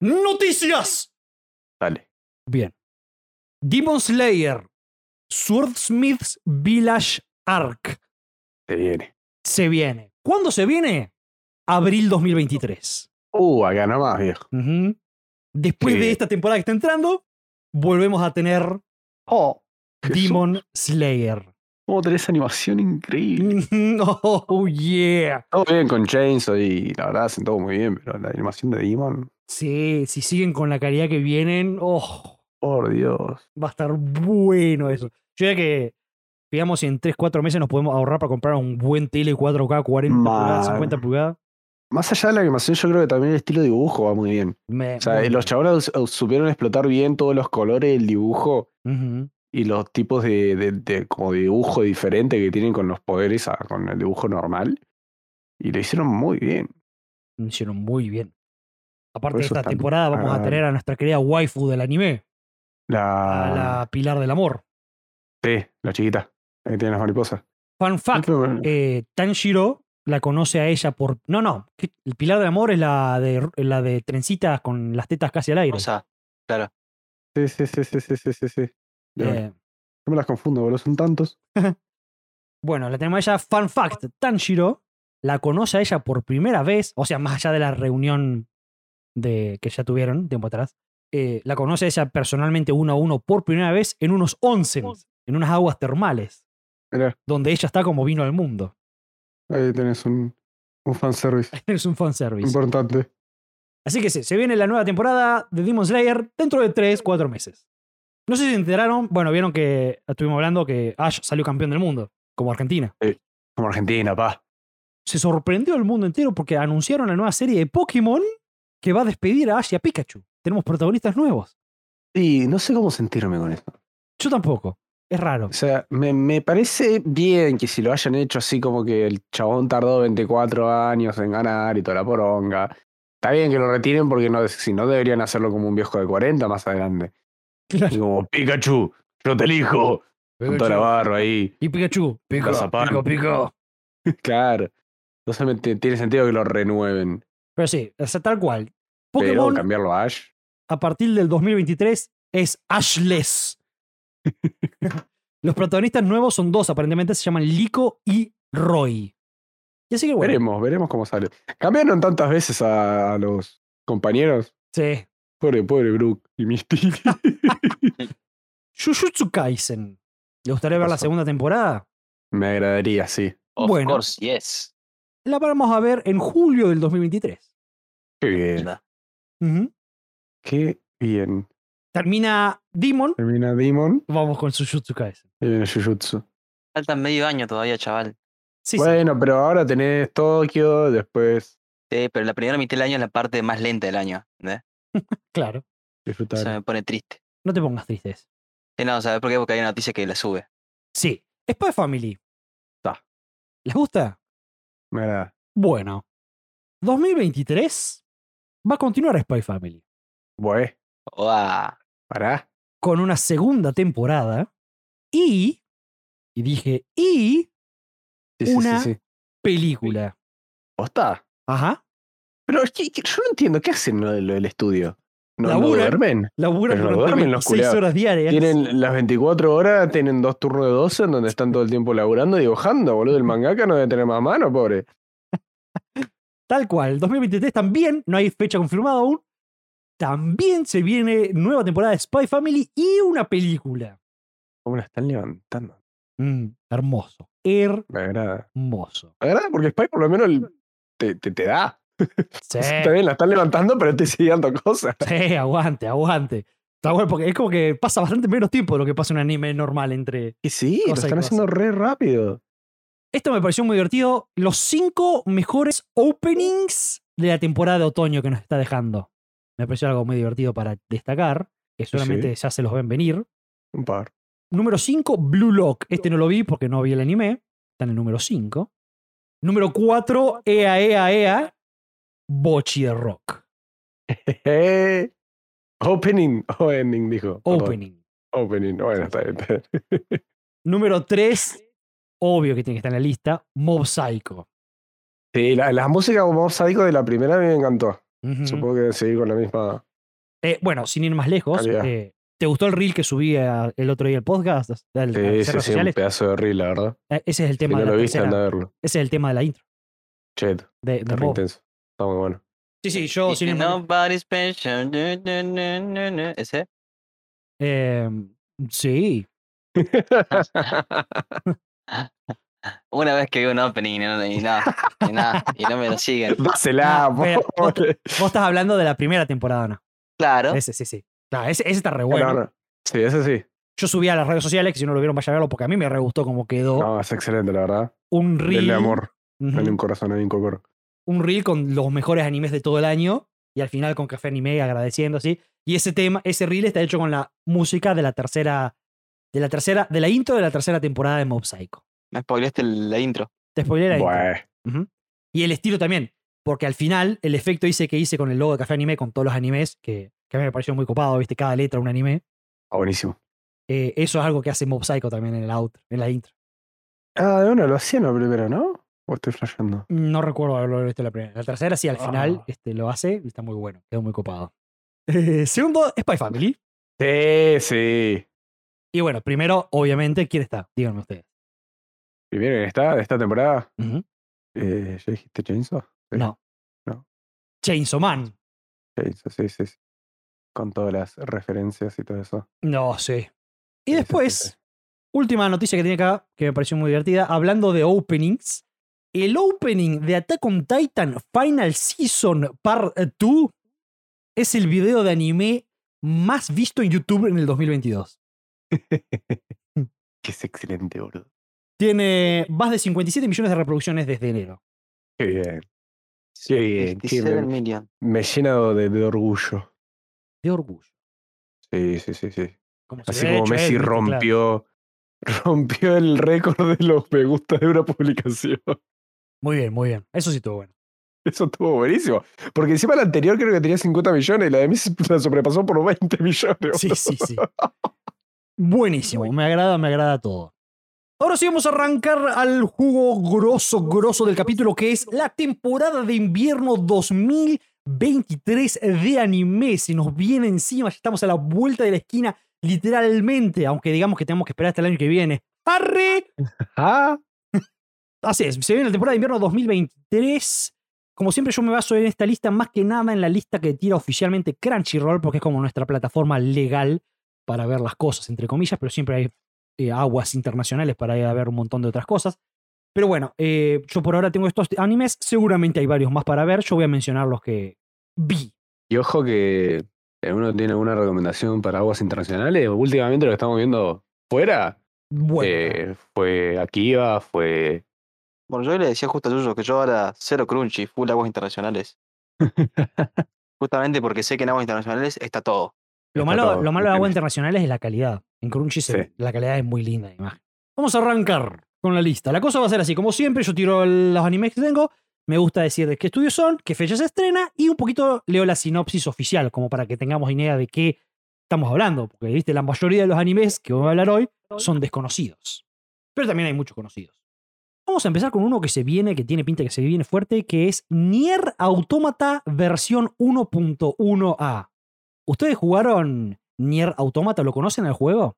Speaker 1: ¡Noticias!
Speaker 2: Dale.
Speaker 1: Bien. Demon Slayer, Swordsmith's Village Arc,
Speaker 2: Se viene.
Speaker 1: se viene. ¿Cuándo se viene? Abril 2023.
Speaker 2: Uh, acá nomás, viejo.
Speaker 1: Ujú. Después
Speaker 2: Sí.
Speaker 1: de esta temporada que está entrando, volvemos a tener
Speaker 2: Oh,
Speaker 1: Demon Slayer.
Speaker 2: ¿Cómo tenés Oh, animación increíble?
Speaker 1: Ujú. Oh, yeah.
Speaker 2: Todo bien con Chainsaw y la verdad hacen todo muy bien, pero la animación de Demon,
Speaker 1: Sí, si siguen con la calidad que vienen, oh,
Speaker 2: por Dios.
Speaker 1: va a estar bueno eso. Yo ya que, digamos, si en 3, 4 meses nos podemos ahorrar para comprar un buen tele 4K, 40 pulgadas,
Speaker 2: Mal.
Speaker 1: 50 pulgadas.
Speaker 2: Más allá de la animación, yo creo que también el estilo de dibujo va muy bien.
Speaker 1: me-
Speaker 2: O sea,
Speaker 1: me-
Speaker 2: los chabones eh, supieron explotar bien todos los colores, el dibujo
Speaker 1: Ujú.
Speaker 2: y los tipos de, de- de- como de dibujo diferente que tienen con los poderes, a- con el dibujo normal. Y lo hicieron muy bien.
Speaker 1: Lo hicieron muy bien. Aparte
Speaker 2: Por
Speaker 1: de
Speaker 2: eso
Speaker 1: esta
Speaker 2: están
Speaker 1: temporada vamos a
Speaker 2: agradable.
Speaker 1: tener a nuestra querida waifu del anime,
Speaker 2: La,
Speaker 1: a la Pilar del Amor.
Speaker 2: Sí, la chiquita, la que tiene las mariposas.
Speaker 1: Fun fact,
Speaker 2: Pero bueno,
Speaker 1: eh, Tanjiro la conoce a ella por... No, no, que el Pilar del Amor es la de, la de trencitas con las tetas casi al aire.
Speaker 3: O sea, claro.
Speaker 2: Sí, sí, sí, sí, sí, sí, sí, sí. De verdad.
Speaker 1: Eh,
Speaker 2: Yo me las confundo, boludo, son tantos.
Speaker 1: Bueno, la tenemos a ella. Fun fact: Tanjiro la conoce a ella por primera vez, o sea, más allá de la reunión de, que ya tuvieron tiempo atrás, eh, la conoce a ella personalmente uno a uno por primera vez en unos onsens, en unas aguas termales,
Speaker 2: Mirá,
Speaker 1: donde ella está como vino al mundo.
Speaker 2: ahí tenés un, un fanservice
Speaker 1: es un fanservice.
Speaker 2: importante.
Speaker 1: Así que sí, se viene la nueva temporada de Demon Slayer dentro de 3, 4 meses. No sé si se enteraron, bueno, vieron que estuvimos hablando que Ash salió campeón del mundo, como Argentina.
Speaker 2: Como Argentina, pa.
Speaker 1: se sorprendió el mundo entero porque anunciaron la nueva serie de Pokémon que va a despedir a Ash y a Pikachu. Tenemos protagonistas nuevos.
Speaker 2: Y no sé cómo sentirme con eso.
Speaker 1: Yo tampoco. Es raro.
Speaker 2: O sea, me, me parece bien que si lo hayan hecho así como que el chabón tardó 24 años en ganar y toda la poronga. Está bien que lo retiren porque no, si no deberían hacerlo como un viejo de 40 más adelante. Y como, Pikachu, yo te elijo. Con toda la barba ahí.
Speaker 1: Y Pikachu. Pico,
Speaker 2: Gazapán.
Speaker 1: pico, pico.
Speaker 2: Claro. Entonces me- te- tiene sentido que lo renueven.
Speaker 1: Pero sí, o sea, tal cual.
Speaker 2: Pero
Speaker 1: Pokémon
Speaker 2: cambiarlo a Ash.
Speaker 1: a partir del 2023 es Ashless. Los protagonistas nuevos son dos, aparentemente se llaman Lico y Roy. Y así que bueno.
Speaker 2: Veremos, veremos cómo sale. Cambiaron tantas veces a, a los compañeros.
Speaker 1: Sí.
Speaker 2: Pobre, pobre Brook y Misty.
Speaker 1: Jujutsu Kaisen. ¿Le gustaría ver la
Speaker 2: Pasó.
Speaker 1: segunda temporada?
Speaker 2: me agradaría, sí.
Speaker 3: Of
Speaker 1: Bueno.
Speaker 3: course, yes.
Speaker 1: la vamos a ver en julio del 2023.
Speaker 2: Qué bien.
Speaker 1: Ujú.
Speaker 2: Qué bien.
Speaker 1: Termina Demon.
Speaker 2: Termina Demon
Speaker 1: Vamos con Jujutsu Kaisen.
Speaker 2: y viene Jujutsu.
Speaker 3: Faltan medio año todavía, chaval.
Speaker 1: Sí, sí.
Speaker 2: bueno, pero ahora tenés Tokio, después
Speaker 3: Sí, Eh, pero la primera mitad del año es la parte más lenta del año. ¿entendés?
Speaker 1: claro.
Speaker 2: disfrutar.
Speaker 3: Eso me pone triste.
Speaker 1: No te pongas tristes.
Speaker 3: Sí, no, ¿sabes por qué? Porque hay una noticia que la sube.
Speaker 1: Sí. Spy Family.
Speaker 2: Ta.
Speaker 1: ¿Les gusta?
Speaker 2: Me agrada.
Speaker 1: Bueno. 2023 va a continuar Spy Family.
Speaker 2: Bué,
Speaker 3: ¡Uah!
Speaker 2: pará.
Speaker 1: con una segunda temporada y, y dije, y
Speaker 2: Sí, sí,
Speaker 1: Una-
Speaker 2: sí, sí.
Speaker 1: película.
Speaker 2: Posta.
Speaker 1: Ajá.
Speaker 2: Pero es que- que yo no entiendo, ¿qué hacen lo, de- lo del estudio? No, no
Speaker 1: Laburan.
Speaker 2: duermen.
Speaker 1: Laburan
Speaker 2: Pero no
Speaker 1: durante
Speaker 2: duermen los
Speaker 1: 26
Speaker 2: culiados.
Speaker 1: horas diarias.
Speaker 2: Tienen las 24 horas, tienen dos turnos de 12 en donde están todo el tiempo laburando, dibujando, boludo. El mangaka no debe tener más mano, pobre.
Speaker 1: Tal cual. 2023 también, no hay fecha confirmada aún. También se viene nueva temporada de Spy Family y una película.
Speaker 2: ¿Cómo la están levantando?
Speaker 1: Mm, hermoso.
Speaker 2: Me agrada.
Speaker 1: Hermoso.
Speaker 2: Me agrada porque Spy por lo menos el- te, te, te da.
Speaker 1: Sí,
Speaker 2: Está bien, la están levantando, pero te sigue dando cosas.
Speaker 1: sí, aguante, aguante. Está bueno porque es como que pasa bastante menos tiempo de lo que pasa en un anime normal entre,
Speaker 2: Y sí,
Speaker 1: Cosa y
Speaker 2: lo están
Speaker 1: cosa.
Speaker 2: haciendo re rápido.
Speaker 1: Esto me pareció muy divertido. Los cinco mejores openings de la temporada de otoño que nos está dejando. Me pareció algo muy divertido para destacar, que solamente ya se los ven venir.
Speaker 2: Un par.
Speaker 1: Número 5, Blue Lock. Este no lo vi porque no vi el anime. Está en el número 5. Número 4, Ea Ea Ea, Bochi de Rock.
Speaker 2: Eh, opening o ending, dijo. Perdón.
Speaker 1: Opening.
Speaker 2: Opening. Bueno, está bien. está bien.
Speaker 1: Número 3, obvio que tiene que estar en la lista, Mob Psycho.
Speaker 2: Sí, la, la música como sádico de la primera a mí me encantó.
Speaker 1: Ujú.
Speaker 2: Supongo que seguir con la misma.
Speaker 1: Eh, bueno, sin ir más lejos,
Speaker 2: Calidad.
Speaker 1: eh, ¿te gustó el reel que subí a- el otro día al podcast? al- a
Speaker 2: Sí,
Speaker 1: las
Speaker 2: Eh, sí,
Speaker 1: redes
Speaker 2: sí, un
Speaker 1: sociales?
Speaker 2: pedazo de reel, la verdad.
Speaker 1: Eh, ese es el
Speaker 2: Si
Speaker 1: tema
Speaker 2: no
Speaker 1: de
Speaker 2: lo
Speaker 1: la
Speaker 2: viste,
Speaker 1: tercera-
Speaker 2: anda a verlo.
Speaker 1: Ese es el tema de la intro.
Speaker 2: Che, está
Speaker 1: De, de
Speaker 2: re
Speaker 1: Bob.
Speaker 2: intenso. Está muy bueno.
Speaker 1: Sí, sí, yo sin
Speaker 3: Dice,
Speaker 1: ir más lejos.
Speaker 3: Nobody special. nu, nu, nu, nu, nu". ¿Ese?
Speaker 1: Eh, sí.
Speaker 3: Una vez que vi un opening y no, y no, y no, y no me lo siguen.
Speaker 2: Dásela,
Speaker 1: Ah, pero
Speaker 2: pobre.
Speaker 1: Vos estás hablando de la primera temporada, ¿no?
Speaker 3: Claro.
Speaker 1: Ese, sí, sí. Claro, ese, ese está re bueno.
Speaker 2: No, no. Sí, ese sí.
Speaker 1: Yo subí a las redes sociales, que si no lo vieron, vayan a verlo, porque a mí me re gustó cómo quedó
Speaker 2: No, es excelente, la verdad.
Speaker 1: un reel.
Speaker 2: Denle amor.
Speaker 1: Ujú.
Speaker 2: Dale un corazón, dale un cocoro.
Speaker 1: un reel con los mejores animes de todo el año y al final con Café Anime agradeciendo así. Y ese tema, ese reel está hecho con la música de la tercera de la tercera de la intro de la tercera temporada de Mob Psycho.
Speaker 3: Me spoileaste el- la intro.
Speaker 1: Te spoilé la intro.
Speaker 2: Bueno,
Speaker 1: Ujú. Y el estilo también, porque al final el efecto hice que hice con el logo de Café Anime con todos los animes que, que a mí me pareció muy copado, viste, cada letra un anime.
Speaker 2: está buenísimo.
Speaker 1: Eh, eso es algo que hace Mob Psycho también en la outro, en la intro.
Speaker 2: Ah, de una lo hacían lo primero, ¿no? ¿O estoy flasheando?
Speaker 1: No recuerdo haberlo visto la primera. La tercera sí, al final
Speaker 2: Ah.
Speaker 1: este, lo hace y está muy bueno. Quedó muy copado. Eh, segundo, Spy Family.
Speaker 2: Sí, sí.
Speaker 1: Y bueno, primero, obviamente, ¿quién está? Díganme ustedes.
Speaker 2: Primero que está, de esta temporada.
Speaker 1: Ujú.
Speaker 2: Eh, ¿Ya dijiste Chainsaw? Sí,
Speaker 1: No.
Speaker 2: No.
Speaker 1: Chainsaw Man.
Speaker 2: Chainsaw, sí, sí, sí. Con todas las referencias y todo eso.
Speaker 1: No sé. Y
Speaker 2: Sí, sí, sí,
Speaker 1: después,
Speaker 2: sí.
Speaker 1: última noticia que tiene acá, que me pareció muy divertida, hablando de openings. El opening de Attack on Titan Final Season Part 2 es el video de anime más visto en YouTube en el 2022.
Speaker 2: Que es excelente, boludo.
Speaker 1: Tiene más de 57 millones de reproducciones desde enero.
Speaker 2: Qué bien. Qué bien. qué
Speaker 3: 57
Speaker 2: bien.
Speaker 3: million.
Speaker 2: Este Me llena de, de orgullo.
Speaker 1: De orgullo.
Speaker 2: Sí, sí, sí, sí.
Speaker 1: Como se
Speaker 2: Así
Speaker 1: había
Speaker 2: como
Speaker 1: hecho
Speaker 2: Messi
Speaker 1: él, ¿viste? Claro.
Speaker 2: rompió, rompió el récord de los me gusta de una publicación.
Speaker 1: Muy bien, muy bien. Eso sí estuvo bueno.
Speaker 2: Eso estuvo buenísimo. Porque encima la anterior creo que tenía 50 millones y la de Messi la sobrepasó por 20 millones.
Speaker 1: Sí,
Speaker 2: boludo.
Speaker 1: sí, sí. Buenísimo, me agrada, me agrada todo. Ahora sí vamos a arrancar al jugo grosso, grosso del capítulo que es la temporada de invierno 2023 de anime. Se nos viene encima, ya estamos a la vuelta de la esquina, literalmente, aunque digamos que tenemos que esperar hasta el año que viene. ¡Arre!
Speaker 2: Ah,
Speaker 1: Así es, se viene la temporada de invierno 2023. Como siempre, yo me baso en esta lista más que nada en la lista que tira oficialmente Crunchyroll, porque es como nuestra plataforma legal para ver las cosas, entre comillas, pero siempre hay eh, aguas internacionales para ir a ver un montón de otras cosas. Pero bueno, eh, yo por ahora tengo estos animes, seguramente hay varios más para ver, yo voy a mencionar los que vi.
Speaker 2: Y ojo que ¿Alguno tiene alguna recomendación para aguas internacionales? Últimamente lo que estamos viendo fuera
Speaker 1: Bueno,
Speaker 2: eh, fue Akiva, fue.
Speaker 3: Bueno, yo le decía justo a Yuyo que yo ahora cero crunchy, full aguas internacionales. Justamente porque sé que en aguas internacionales está todo.
Speaker 1: lo,
Speaker 2: está
Speaker 1: malo,
Speaker 2: todo,
Speaker 1: lo malo de aguas
Speaker 2: entiendo.
Speaker 1: internacionales es la calidad. En Crunchy se-
Speaker 2: Sí.
Speaker 1: la calidad es muy linda la imagen. Vamos a arrancar con la lista. La cosa va a ser así, como siempre, yo tiro los animes que tengo, me gusta decir de qué estudios son, qué fecha se estrena y un poquito leo la sinopsis oficial, como para que tengamos idea de qué estamos hablando, porque viste, la mayoría de los animes que voy a hablar hoy son desconocidos. Pero también hay muchos conocidos. Vamos a empezar con uno que se viene, que tiene pinta que se viene fuerte, que es Nier Automata versión 1.1a. ¿Ustedes jugaron Nier Automata? ¿Lo conocen el juego?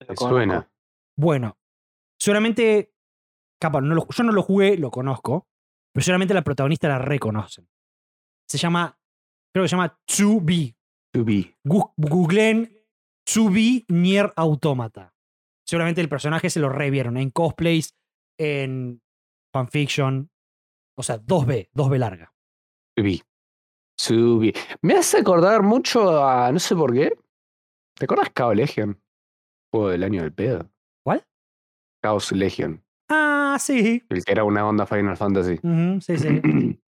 Speaker 3: Lo conozco.
Speaker 2: Suena.
Speaker 1: Bueno, seguramente, capaz, no lo- yo no lo jugué, lo conozco, pero seguramente la protagonista la reconocen. Se llama, creo que se llama Tsubi,
Speaker 2: To be.
Speaker 1: Gu- Googleen Tsubi Nier Automata. Seguramente el personaje se lo revieron en cosplays, en fanfiction. O sea, 2B, 2B larga.
Speaker 2: To be. To be. Me hace acordar mucho a. No sé por qué. ¿Te acuerdas Chaos Legion? Juego del año del pedo.
Speaker 1: ¿Cuál?
Speaker 2: Chaos Legion.
Speaker 1: Ah, sí.
Speaker 2: El que era una onda Final Fantasy.
Speaker 1: Ujú, sí, sí.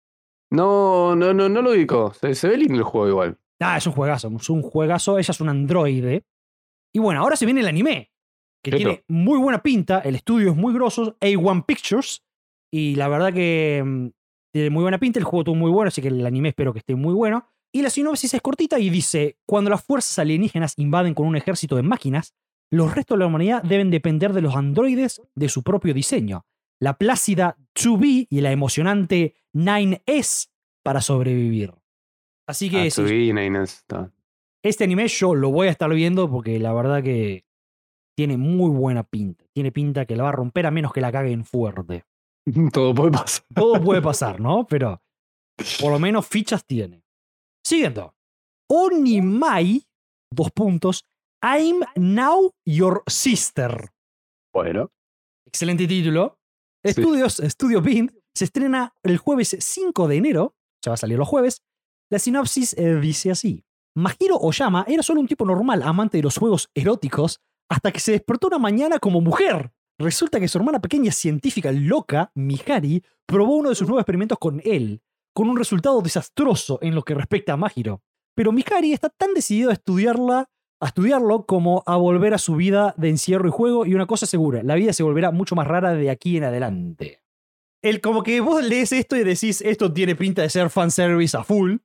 Speaker 2: No, no, no, no lo ubico. Se, se ve lindo el juego igual.
Speaker 1: Ah, es un juegazo, es un juegazo. Ella es un androide. Y bueno, ahora se viene el anime, que
Speaker 2: Cheto.
Speaker 1: tiene muy buena pinta, el estudio es muy grosso, A1 Pictures, y la verdad que mm, tiene muy buena pinta, el juego estuvo muy bueno, así que el anime espero que esté muy bueno. Y la sinopsis es cortita y dice, cuando las fuerzas alienígenas invaden con un ejército de máquinas, los restos de la humanidad deben depender de los androides de su propio diseño. La plácida 2B y la emocionante 9S para sobrevivir. Así que
Speaker 2: Ah,
Speaker 1: si
Speaker 2: to be y Nine Nines, está.
Speaker 1: este anime yo lo voy a estar viendo porque la verdad que tiene muy buena pinta. Tiene pinta que la va a romper a menos que la caguen fuerte.
Speaker 2: Todo puede pasar.
Speaker 1: Todo puede pasar, ¿no? Pero por lo menos fichas tiene. Siguiendo. Onimai, dos puntos. I'm now your sister.
Speaker 2: Bueno.
Speaker 1: Excelente título.
Speaker 2: Sí.
Speaker 1: Estudios, Estudio Bind, se estrena el jueves 5 de enero, ya va a salir los jueves. La sinopsis eh, dice así. Majiro Oyama era solo un tipo normal, amante de los juegos eróticos, hasta que se despertó una mañana como mujer. Resulta que su hermana pequeña científica loca, Mihari, probó uno de sus nuevos experimentos con él, con un resultado desastroso en lo que respecta a Majiro. Pero Mihari está tan decidido a estudiarla a estudiarlo como a volver a su vida de encierro y juego. Y una cosa segura, la vida se volverá mucho más rara de aquí en adelante. El, como que vos lees esto y decís, esto tiene pinta de ser fanservice a full,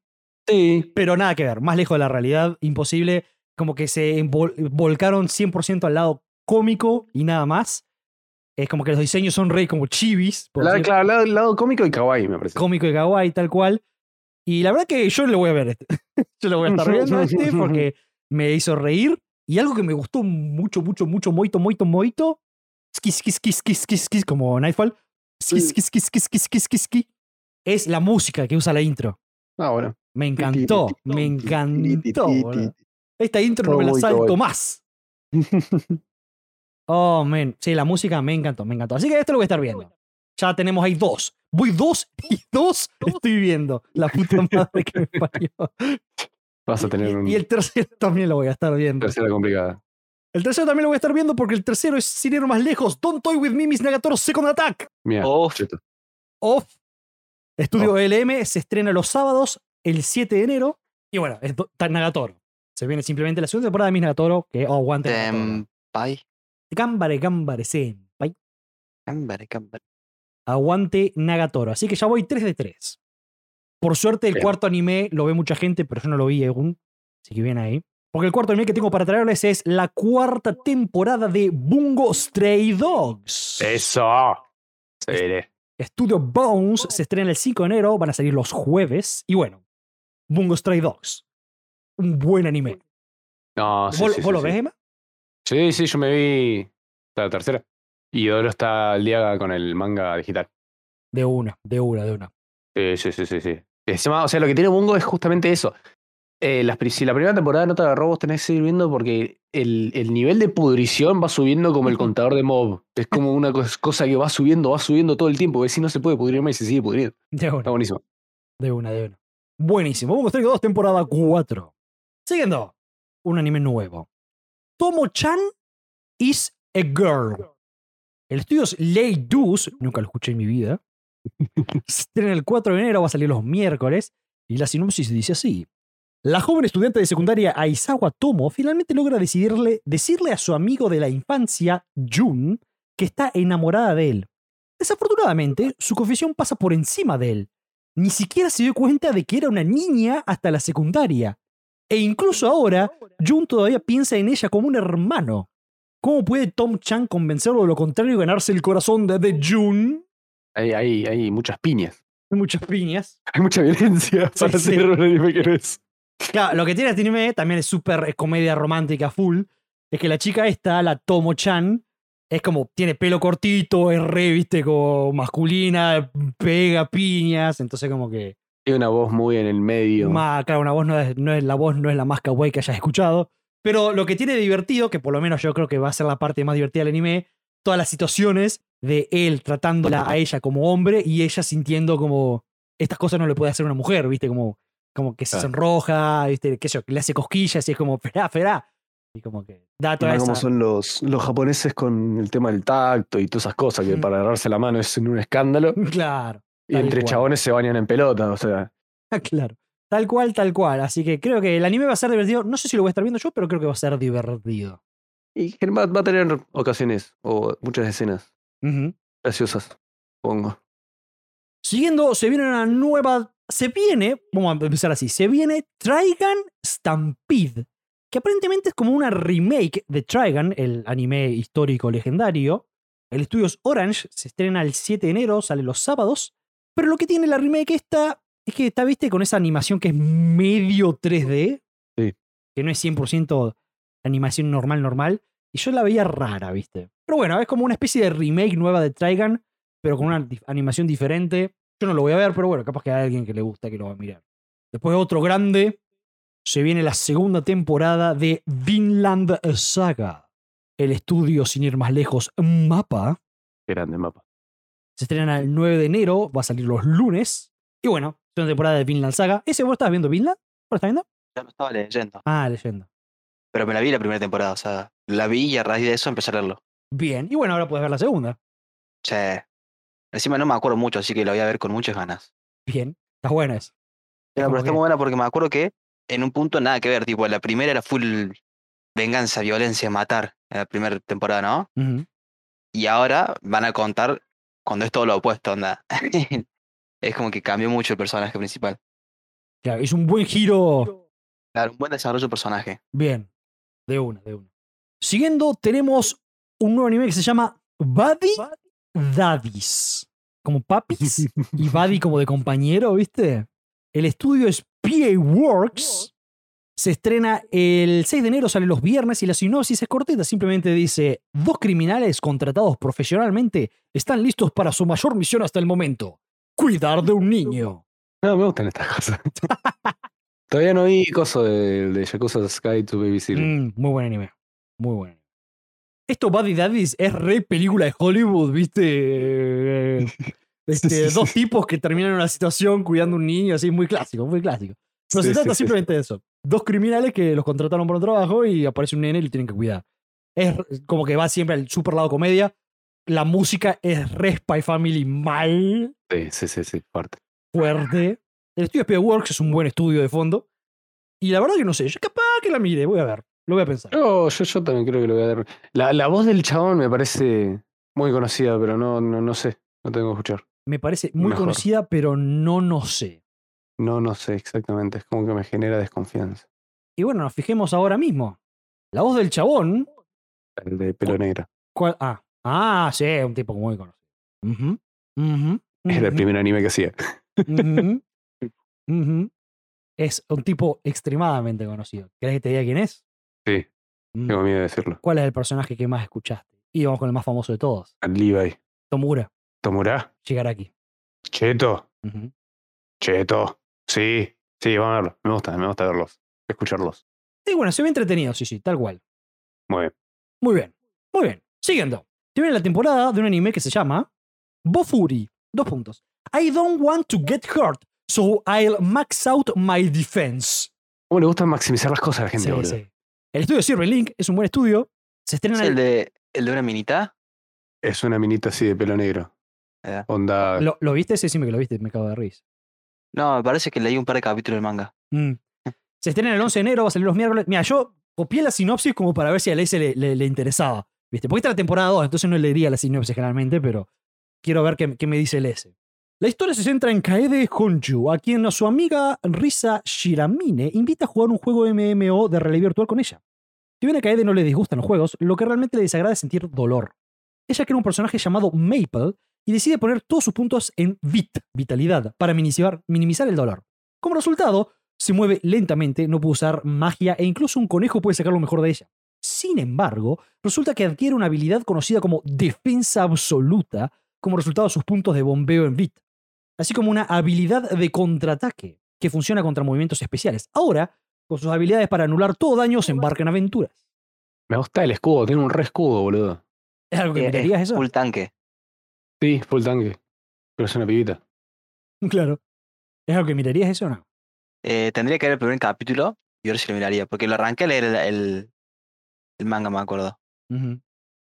Speaker 2: Sí.
Speaker 1: pero nada que ver, más lejos de la realidad, imposible, como que se envol- volcaron 100% al lado cómico y nada más. Es como que los diseños son rey como chivis, por
Speaker 2: La,
Speaker 1: decir,
Speaker 2: claro, el lado, el lado cómico y kawaii, me parece.
Speaker 1: cómico y kawaii, tal cual. Y la verdad que yo lo voy a ver este. yo lo voy a estar viendo este porque me hizo reír. Y algo que me gustó mucho, mucho, mucho, moito, moito, moito. Skis, skis, skis, skis, skis, skis, como Nightfall. Skis,
Speaker 2: Sí.
Speaker 1: skis, skis, skis, skis, skis, skis, skis. Es la música que usa la intro.
Speaker 2: Ah, bueno.
Speaker 1: Me encantó, me encantó. boludo. Esta intro no
Speaker 2: Todo
Speaker 1: me la
Speaker 2: muy
Speaker 1: salto
Speaker 2: kawaii.
Speaker 1: más. Oh, man. Sí, la música me encantó, me encantó. Así que esto lo voy a estar viendo. Ya tenemos ahí dos. Voy dos y dos estoy viendo. La puta madre que me parió.
Speaker 2: Vas a tener un,
Speaker 1: Y, y el tercero también lo voy a estar viendo.
Speaker 2: tercera complicada.
Speaker 1: El tercero también lo voy a estar viendo porque el tercero es Sin ir más lejos. Don't Toy With Me, Miss Nagatoro Second Attack.
Speaker 2: Mira,
Speaker 3: Uf.
Speaker 2: cheto.
Speaker 1: Off. Estudio LM se estrena los sábados, el 7 de enero. Y bueno, es do- tan Nagatoro. Se viene simplemente la segunda temporada de Miss Nagatoro, que oh, aguante. Nagatoro.
Speaker 3: Senpai.
Speaker 1: Gambare, gambare, senpai.
Speaker 3: Cámbare, cámbare.
Speaker 1: Aguante Nagatoro. Así que ya voy 3 de 3. Por suerte, el
Speaker 2: Bien.
Speaker 1: cuarto anime lo ve mucha gente, pero yo no lo vi aún. Así que bien ahí. Porque el cuarto anime que tengo para traerles es la cuarta temporada de Bungo Stray Dogs.
Speaker 2: Eso. Se veré.
Speaker 1: Studio Bones se estrena el 5 de enero, van a salir los jueves. Y bueno, Bungo Stray Dogs. Un buen anime.
Speaker 2: No, Ah, sí,
Speaker 1: ¿Vos,
Speaker 2: sí,
Speaker 1: vos
Speaker 2: sí,
Speaker 1: lo
Speaker 2: sí.
Speaker 1: ves, Emma?
Speaker 2: Sí, sí, yo me vi la tercera. Y Doro está al día con el manga digital.
Speaker 1: De una, de una, de una.
Speaker 2: Sí, sí, sí, sí. sí. Encima, o sea, lo que tiene Bungo es justamente eso. Eh, las pri- si la primera temporada no te agarró, vos tenés que seguir viendo porque el, el nivel de pudrición va subiendo como el contador de mob. Es como una cos- cosa que va subiendo, va subiendo todo el tiempo. Ves si no se puede pudrir más y se sigue pudriendo.
Speaker 1: De
Speaker 2: Está
Speaker 1: una,
Speaker 2: buenísimo.
Speaker 1: de una, de una. Buenísimo. Bungo Stray Dogs, temporada 4. Siguiendo, un anime nuevo. Tomo-chan is a girl. El estudio es Ley Deuce, nunca lo escuché en mi vida. Se estrena el 4 de enero, va a salir los miércoles. Y la sinopsis dice así. La joven estudiante de secundaria Aizawa Tomo finalmente logra decidirle, decirle a su amigo de la infancia, Jun, que está enamorada de él. Desafortunadamente, su confesión pasa por encima de él. Ni siquiera se dio cuenta de que era una niña hasta la secundaria. E incluso ahora, Jun todavía piensa en ella como un hermano. ¿Cómo puede Tom Chan convencerlo de lo contrario y ganarse el corazón de, de Jun?
Speaker 2: Hay, hay, hay muchas piñas.
Speaker 1: Hay muchas piñas.
Speaker 2: Hay mucha violencia
Speaker 1: Sí,
Speaker 2: para
Speaker 1: sí.
Speaker 2: hacer un anime que no es.
Speaker 1: Claro, lo que tiene este anime también es súper eh, comedia romántica full. Es que la chica esta, la Tomo Chan, es como, tiene pelo cortito, es re, viste, como masculina, pega piñas, entonces como que...
Speaker 2: Tiene una voz muy en el medio.
Speaker 1: Ma- claro, una voz no es, no es la voz, no es la más kawaii que hayas escuchado. Pero lo que tiene de divertido, que por lo menos yo creo que va a ser la parte más divertida del anime, todas las situaciones de él tratándola a ella como hombre y ella sintiendo como estas cosas no le puede hacer una mujer, ¿viste? Como, como que se
Speaker 2: Claro.
Speaker 1: sonroja, ¿viste? Que, le hace cosquillas y es como, ferá, ferá. Y como que da toda
Speaker 2: Mirá cómo
Speaker 1: esa...
Speaker 2: son los, los japoneses con el tema del tacto y todas esas cosas, que
Speaker 1: Mm.
Speaker 2: para agarrarse la mano es un escándalo.
Speaker 1: Claro.
Speaker 2: Y
Speaker 1: Tal
Speaker 2: entre
Speaker 1: cual.
Speaker 2: chabones se bañan en pelota, o sea.
Speaker 1: Claro. Tal cual, tal cual. Así que creo que el anime va a ser divertido. No sé si lo voy a estar viendo yo, pero creo que va a ser divertido.
Speaker 2: Y que va, va a tener ocasiones o muchas escenas
Speaker 1: Ujú.
Speaker 2: graciosas, supongo.
Speaker 1: Siguiendo, se viene una nueva. Se viene, vamos a empezar así, se viene Trigun Stampede, que aparentemente es como una remake de Trigun, el anime histórico legendario. El estudio es Orange, se estrena el 7 de enero, sale los sábados. Pero lo que tiene la remake esta es que está, viste, con esa animación que es medio 3D,
Speaker 2: Sí.
Speaker 1: que no es 100% animación normal, normal. Y yo la veía rara, viste. Pero bueno, es como una especie de remake nueva de Trigun, pero con una dif- animación diferente. Yo no lo voy a ver, pero bueno, capaz que hay alguien que le gusta que lo va a mirar. Después otro grande, se viene la segunda temporada de Vinland Saga. El estudio, sin ir más lejos, Mapa.
Speaker 2: Qué grande mapa.
Speaker 1: Se estrena el 9 de enero, va a salir los lunes. Y bueno, segunda temporada de Vinland Saga. ¿Ese vos estabas viendo Vinland? ¿Vos estás viendo?
Speaker 3: Ya lo estaba leyendo.
Speaker 1: Ah, leyendo.
Speaker 3: Pero me la vi la primera temporada, o sea, la vi y a raíz de eso empecé a leerlo.
Speaker 1: Bien, y bueno, ahora puedes ver la segunda.
Speaker 3: Che. Encima no me acuerdo mucho, así que la voy a ver con muchas ganas.
Speaker 1: Bien, está buena esa.
Speaker 3: Pero,
Speaker 1: como
Speaker 3: pero está
Speaker 1: que-
Speaker 3: muy buena porque me acuerdo que en un punto nada que ver, tipo, la primera era full venganza, violencia, matar, en la primera temporada, ¿no?
Speaker 1: Ujú.
Speaker 3: Y ahora van a contar cuando es todo lo opuesto, onda. es como que cambió mucho el personaje principal.
Speaker 1: Claro, es un buen giro
Speaker 3: Claro, un buen desarrollo de personaje.
Speaker 1: Bien, de una, de una. Siguiendo, tenemos un nuevo anime que se llama Buddy Daddies. Como papis y Buddy como de compañero, ¿viste? El estudio es PA Works. Se estrena el 6 de enero, sale los viernes y la sinopsis es cortita. Simplemente dice, dos criminales contratados profesionalmente están listos para su mayor misión hasta el momento. Cuidar de un niño.
Speaker 2: No, me gustan estas cosas. Todavía no vi cosas de, de Yakuza Sky to Babysitter.
Speaker 1: Mm, muy buen anime. Muy buen anime. Esto Buddy Daddies es re película de Hollywood, ¿viste? Eh, este,
Speaker 2: sí, sí,
Speaker 1: dos
Speaker 2: sí.
Speaker 1: tipos que terminan en una situación cuidando a un niño, así, muy clásico, muy clásico. No se
Speaker 2: Sí, sí,
Speaker 1: trata
Speaker 2: sí, sí.
Speaker 1: simplemente de eso. Dos criminales que los contrataron por un trabajo y aparece un nene y lo tienen que cuidar. Es re- como que va siempre al super lado comedia. La música es re Spy Family mal
Speaker 2: Sí, sí, sí, sí, fuerte.
Speaker 1: fuerte. El estudio Speed Works es un buen estudio de fondo. Y la verdad que no sé, yo capaz que la mire, voy a ver, lo voy a pensar.
Speaker 2: Yo, yo, yo también creo que lo voy a dar. La, la voz del chabón me parece muy conocida, pero no, no, no sé. No tengo que escuchar.
Speaker 1: me parece muy
Speaker 2: Mejor.
Speaker 1: conocida, pero no no sé.
Speaker 2: No, no sé exactamente. Es como que me genera desconfianza.
Speaker 1: Y bueno, nos fijemos ahora mismo. La voz del chabón.
Speaker 2: El de
Speaker 1: Oh,
Speaker 2: pelo negra.
Speaker 1: ¿cuál- Ah, ah, sí, un tipo muy conocido. Ujú, ujú,
Speaker 2: Era el
Speaker 1: ujú, Mm.
Speaker 2: primer anime que hacía.
Speaker 1: ujú, ujú. Es un tipo extremadamente conocido. ¿Querés que te diga quién es?
Speaker 2: Sí,
Speaker 1: Mm.
Speaker 2: tengo miedo de decirlo.
Speaker 1: ¿Cuál es el personaje que más escuchaste? Y vamos con el más famoso de todos.
Speaker 2: Levi.
Speaker 1: Tomura,
Speaker 2: Tomura.
Speaker 1: Shigaraki.
Speaker 2: Cheto.
Speaker 1: Ujú.
Speaker 2: Cheto. Sí. Sí, vamos a verlo. Me gusta, me gusta verlos. Escucharlos.
Speaker 1: Y bueno, se ve entretenido, sí, sí, tal cual.
Speaker 2: Muy bien.
Speaker 1: Muy bien, muy bien. Siguiendo. Tiene la temporada de un anime que se llama Bofuri. Dos puntos. I don't want to get hurt, so I'll max out my defense.
Speaker 2: ¿Cómo le gusta maximizar las cosas a la gente,
Speaker 1: Sí,
Speaker 2: boludo?
Speaker 1: sí. El estudio Silver Link es un buen estudio. Se estrena
Speaker 3: ¿Es el de, el de una minita?
Speaker 2: Es una minita así de pelo negro.
Speaker 3: Eh.
Speaker 2: Onda.
Speaker 1: ¿Lo, lo viste? Sí, sí, que lo viste, me cago de risa.
Speaker 3: No, me parece que leí un par de capítulos del manga.
Speaker 1: Mm. Se estrena el 11 de enero, va a salir los miércoles. Mira, yo copié la sinopsis como para ver si a Ley se le, le- le interesaba. ¿Viste? Porque esta es la temporada 2, entonces no leería la sinopsis generalmente, pero quiero ver qué, qué me dice el S. La historia se centra en Kaede Honchu, a quien su amiga Risa Shiramine invita a jugar un juego MMO de realidad virtual con ella. Si bien a Kaede no le disgustan los juegos, lo que realmente le desagrada es sentir dolor. Ella crea un personaje llamado Maple y decide poner todos sus puntos en VIT, vitalidad, para minimizar, minimizar el dolor. Como resultado, se mueve lentamente, no puede usar magia e incluso un conejo puede sacar lo mejor de ella. Sin embargo, resulta que adquiere una habilidad conocida como defensa absoluta como resultado de sus puntos de bombeo en Vit, así como una habilidad de contraataque que funciona contra movimientos especiales. Ahora, con sus habilidades para anular todo daño, se embarca en aventuras.
Speaker 2: Me gusta el escudo, tiene un re escudo, boludo.
Speaker 1: ¿Es algo que
Speaker 3: Eh,
Speaker 1: mirarías
Speaker 3: es
Speaker 1: eso?
Speaker 3: Full tanque.
Speaker 2: Sí, full tanque. Pero es una pibita.
Speaker 1: Claro. ¿Es algo que mirarías eso o no?
Speaker 3: Eh, tendría que ver el primer capítulo y ahora sí lo miraría, porque lo arranqué a leer el, el- el manga, me acuerdo.
Speaker 1: Ujú,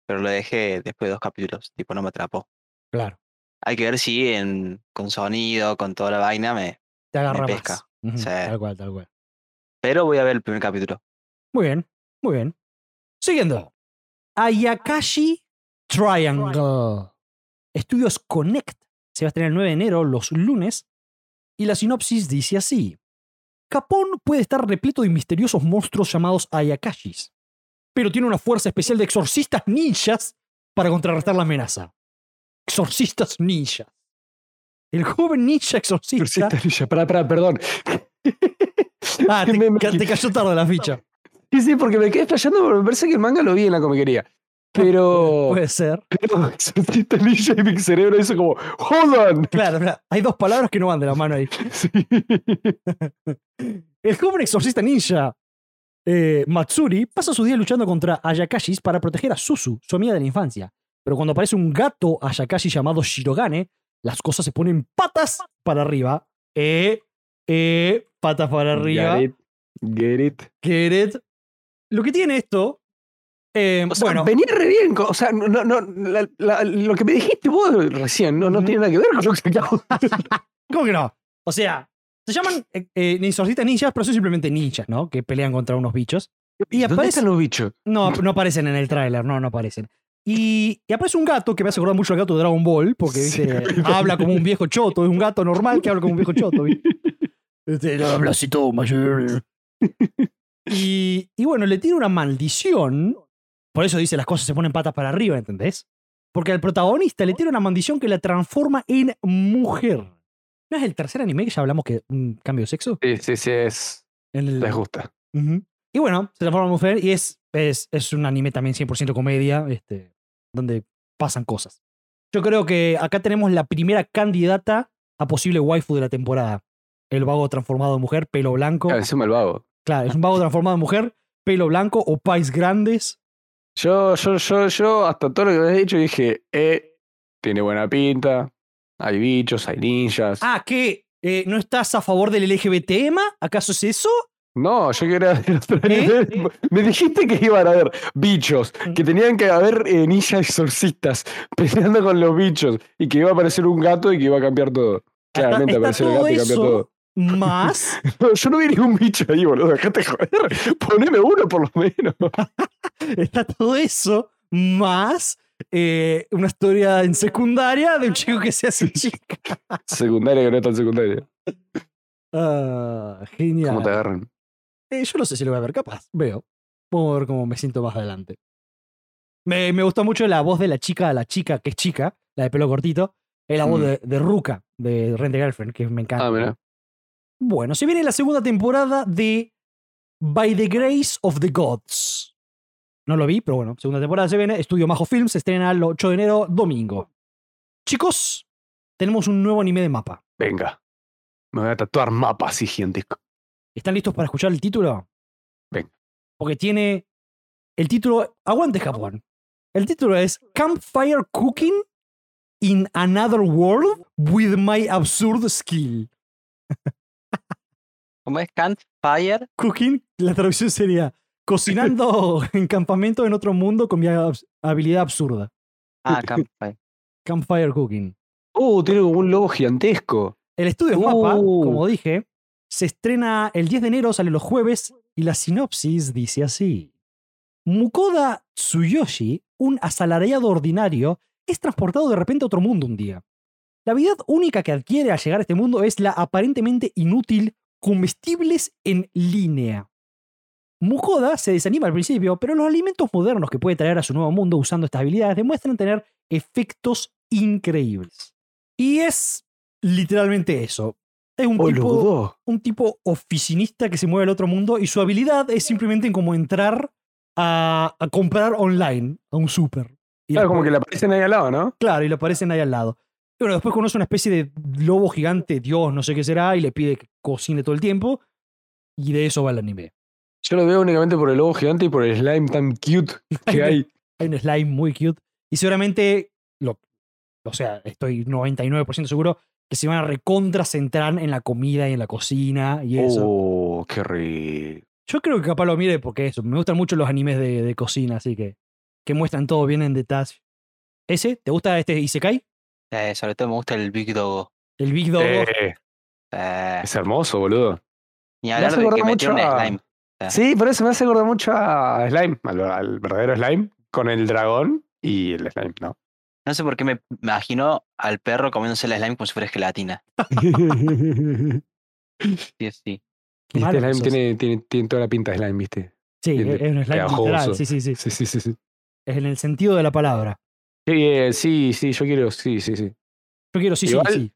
Speaker 3: Pero lo dejé después de dos capítulos, tipo, no me atrapó.
Speaker 1: Claro.
Speaker 3: Hay que ver si en, con sonido, con toda la vaina me...
Speaker 1: Te agarra
Speaker 3: pesca.
Speaker 1: más. Ujú,
Speaker 3: Sí.
Speaker 1: Tal cual, tal cual.
Speaker 3: Pero voy a ver el primer capítulo.
Speaker 1: Muy bien, muy bien. Siguiendo. Ayakashi Triangle. Estudios Connect. Se va a estrenar el 9 de enero, los lunes. Y la sinopsis dice así. Japón puede estar repleto de misteriosos monstruos llamados Ayakashis, pero tiene una fuerza especial de exorcistas ninjas para contrarrestar la amenaza. Exorcistas ninjas. El joven ninja exorcista.
Speaker 2: Exorcista ninja. Pará, pará, perdón.
Speaker 1: Ah, te,
Speaker 2: Me- me-
Speaker 1: ca- te cayó tarde la ficha.
Speaker 2: Sí, sí, porque me quedé flasheando, pero me parece que el manga lo vi en la comiquería. Pero.
Speaker 1: Puede ser.
Speaker 2: pero Exorcista ninja y mi cerebro hizo como, ¡Hold on!
Speaker 1: Claro, claro, hay dos palabras que no van de la mano ahí.
Speaker 2: Sí.
Speaker 1: El joven exorcista ninja eh, Matsuri pasa su día luchando contra Ayakashis para proteger a Susu, su amiga de la infancia. Pero cuando aparece un gato Ayakashi llamado Shirogane, las cosas se ponen patas para arriba. Eh, eh, patas para arriba.
Speaker 2: Get it. Get it.
Speaker 1: Get it. Lo que tiene esto. eh,
Speaker 2: O sea,
Speaker 1: bueno,
Speaker 2: venía re bien. co- O sea, no, no, no, la- la- lo que me dijiste vos recién no, no
Speaker 1: Ujú.
Speaker 2: tiene nada que ver con lo que acabo de
Speaker 1: ¿Cómo que no? O sea, se llaman eh, eh, exorcistas ninjas, pero son simplemente ninjas, ¿no? Que pelean contra unos bichos. Y
Speaker 2: ¿Dónde
Speaker 1: aparece
Speaker 2: están los bichos?
Speaker 1: No, no aparecen en el tráiler, no, no aparecen. Y, y aparece un gato que me hace acordar mucho al gato de Dragon Ball, porque
Speaker 2: Sí,
Speaker 1: ¿viste? habla como un viejo choto, es un gato normal que habla como un viejo choto. ¿viste? Este, no, habla así todo mayor. Y, y bueno, le tiene una maldición. Por eso dice las cosas se ponen patas para arriba, ¿entendés? Porque al protagonista le tiene una maldición que la transforma en mujer. ¿No es el tercer anime que ya hablamos que un cambio de sexo?
Speaker 2: Sí, sí, sí, es.
Speaker 1: En el,
Speaker 2: Les gusta.
Speaker 1: Ujú. Y bueno, se transforma en mujer y es, es, es un anime también 100% comedia, este, donde pasan cosas. Yo creo que acá tenemos la primera candidata a posible waifu de la temporada. El vago transformado en mujer, pelo blanco.
Speaker 2: Claro, encima el vago.
Speaker 1: Claro, es un vago transformado en mujer, pelo blanco o pais grandes.
Speaker 2: Yo, yo, yo, yo, hasta todo lo que habías dicho dije, eh, tiene buena pinta, hay bichos, hay ninjas.
Speaker 1: Ah, ¿qué? Eh, ¿No estás a favor del LGBT, Emma? ¿Acaso es eso?
Speaker 2: No, yo quería ver otro
Speaker 1: ¿Eh?
Speaker 2: anime. Me dijiste que iban a haber bichos, que tenían que haber eh, ninjas exorcistas peleando con los bichos y que iba a aparecer un gato y que iba a cambiar todo.
Speaker 1: Está-
Speaker 2: Claramente
Speaker 1: está
Speaker 2: apareció el
Speaker 1: todo
Speaker 2: gato y cambió
Speaker 1: eso.
Speaker 2: todo.
Speaker 1: Más.
Speaker 2: No, yo no vi ningún bicho ahí, boludo. Dejate joder. Poneme uno por lo menos.
Speaker 1: está todo eso, más eh, una historia en secundaria de un chico que se hace chica.
Speaker 2: Secundaria que no es tan secundaria.
Speaker 1: Ah,
Speaker 2: ¿Cómo te
Speaker 1: genial.
Speaker 2: agarran?
Speaker 1: Eh, yo no sé si lo voy a ver, capaz. Veo. Vamos a ver cómo me siento más adelante. Me, me gustó mucho la voz de la chica, la chica que es chica, la de pelo cortito. Es la voz
Speaker 2: Mm.
Speaker 1: de, de Ruka, de Rent a Girlfriend, que me encanta.
Speaker 2: Ah, mira.
Speaker 1: Bueno, se viene la segunda temporada de By the Grace of the Gods. No lo vi, pero bueno, segunda temporada se viene. Estudio Majo Films se estrena el 8 de enero, domingo. Chicos, tenemos un nuevo anime de mapa.
Speaker 2: Venga. Me voy a tatuar mapa así gigantesco.
Speaker 1: ¿Están listos para escuchar el título?
Speaker 2: Venga.
Speaker 1: Porque tiene el título. Aguante, Japón. El título es Campfire Cooking in Another World with My Absurd Skill.
Speaker 3: ¿Cómo es? Campfire.
Speaker 1: Cooking, la traducción sería cocinando en campamento en otro mundo con mi abs- habilidad absurda.
Speaker 3: Ah, Campfire.
Speaker 1: Campfire Cooking.
Speaker 2: Uh, tiene como un lobo gigantesco.
Speaker 1: El estudio es Mapa,
Speaker 2: Uh.
Speaker 1: como dije, se estrena el 10 de enero, sale los jueves, y la sinopsis dice así. Mukoda Tsuyoshi, un asalariado ordinario, es transportado de repente a otro mundo un día. La habilidad única que adquiere al llegar a este mundo es la aparentemente inútil comestibles en línea. Mukoda se desanima al principio, pero los alimentos modernos que puede traer a su nuevo mundo usando estas habilidades demuestran tener efectos increíbles. Y es literalmente eso. Es un
Speaker 2: Oh, los
Speaker 1: tipo
Speaker 2: dos.
Speaker 1: un tipo oficinista que se mueve al otro mundo y su habilidad es simplemente como entrar a, a comprar online a un súper. Y
Speaker 2: Claro, como
Speaker 1: después-
Speaker 2: que le aparecen ahí al lado, ¿no?
Speaker 1: Claro, y le aparecen ahí al lado. Y bueno, después conoce una especie de lobo gigante, Dios, no sé qué será, y le pide que cocine todo el tiempo. Y de eso va el anime.
Speaker 2: Yo lo veo únicamente por el lobo gigante y por el slime tan cute que hay.
Speaker 1: Hay un slime muy cute. Y seguramente, lo, o sea, estoy 99% seguro que se van a recontracentrar en la comida y en la cocina y eso.
Speaker 2: Oh, qué rico.
Speaker 1: Yo creo que capaz lo mire porque eso, me gustan mucho los animes de, de cocina, así que que muestran todo bien en detalle. ¿Ese? ¿Te gusta este Isekai?
Speaker 3: Eh, sobre todo me gusta el Big Dogo.
Speaker 1: El Big Dog.
Speaker 2: Eh,
Speaker 3: Eh,
Speaker 2: es hermoso, boludo.
Speaker 3: ni
Speaker 2: me
Speaker 3: hablar
Speaker 2: hace
Speaker 3: de que
Speaker 2: acordar
Speaker 3: metió un
Speaker 2: mucho a-
Speaker 3: slime. Ah.
Speaker 2: Sí, por eso me hace acordar mucho a Slime, al, al verdadero Slime, con el dragón y el Slime, ¿no?
Speaker 3: No sé por qué me imagino al perro comiéndose el slime como si fuera gelatina.
Speaker 2: y
Speaker 3: Sí, sí.
Speaker 1: Qué malo
Speaker 2: este
Speaker 1: que
Speaker 2: Slime
Speaker 1: sos.
Speaker 2: tiene, tiene, tiene toda la pinta de Slime, ¿viste?
Speaker 1: Sí,
Speaker 2: bien
Speaker 1: es es un slime
Speaker 2: pegajoso.
Speaker 1: literal. Sí, sí, sí.
Speaker 2: Sí, sí, sí. Sí,
Speaker 1: Es en el sentido de la palabra.
Speaker 2: sí, eh, sí, sí, yo quiero, sí, sí, sí.
Speaker 1: Yo quiero sí, sí,
Speaker 2: Igual-
Speaker 1: sí.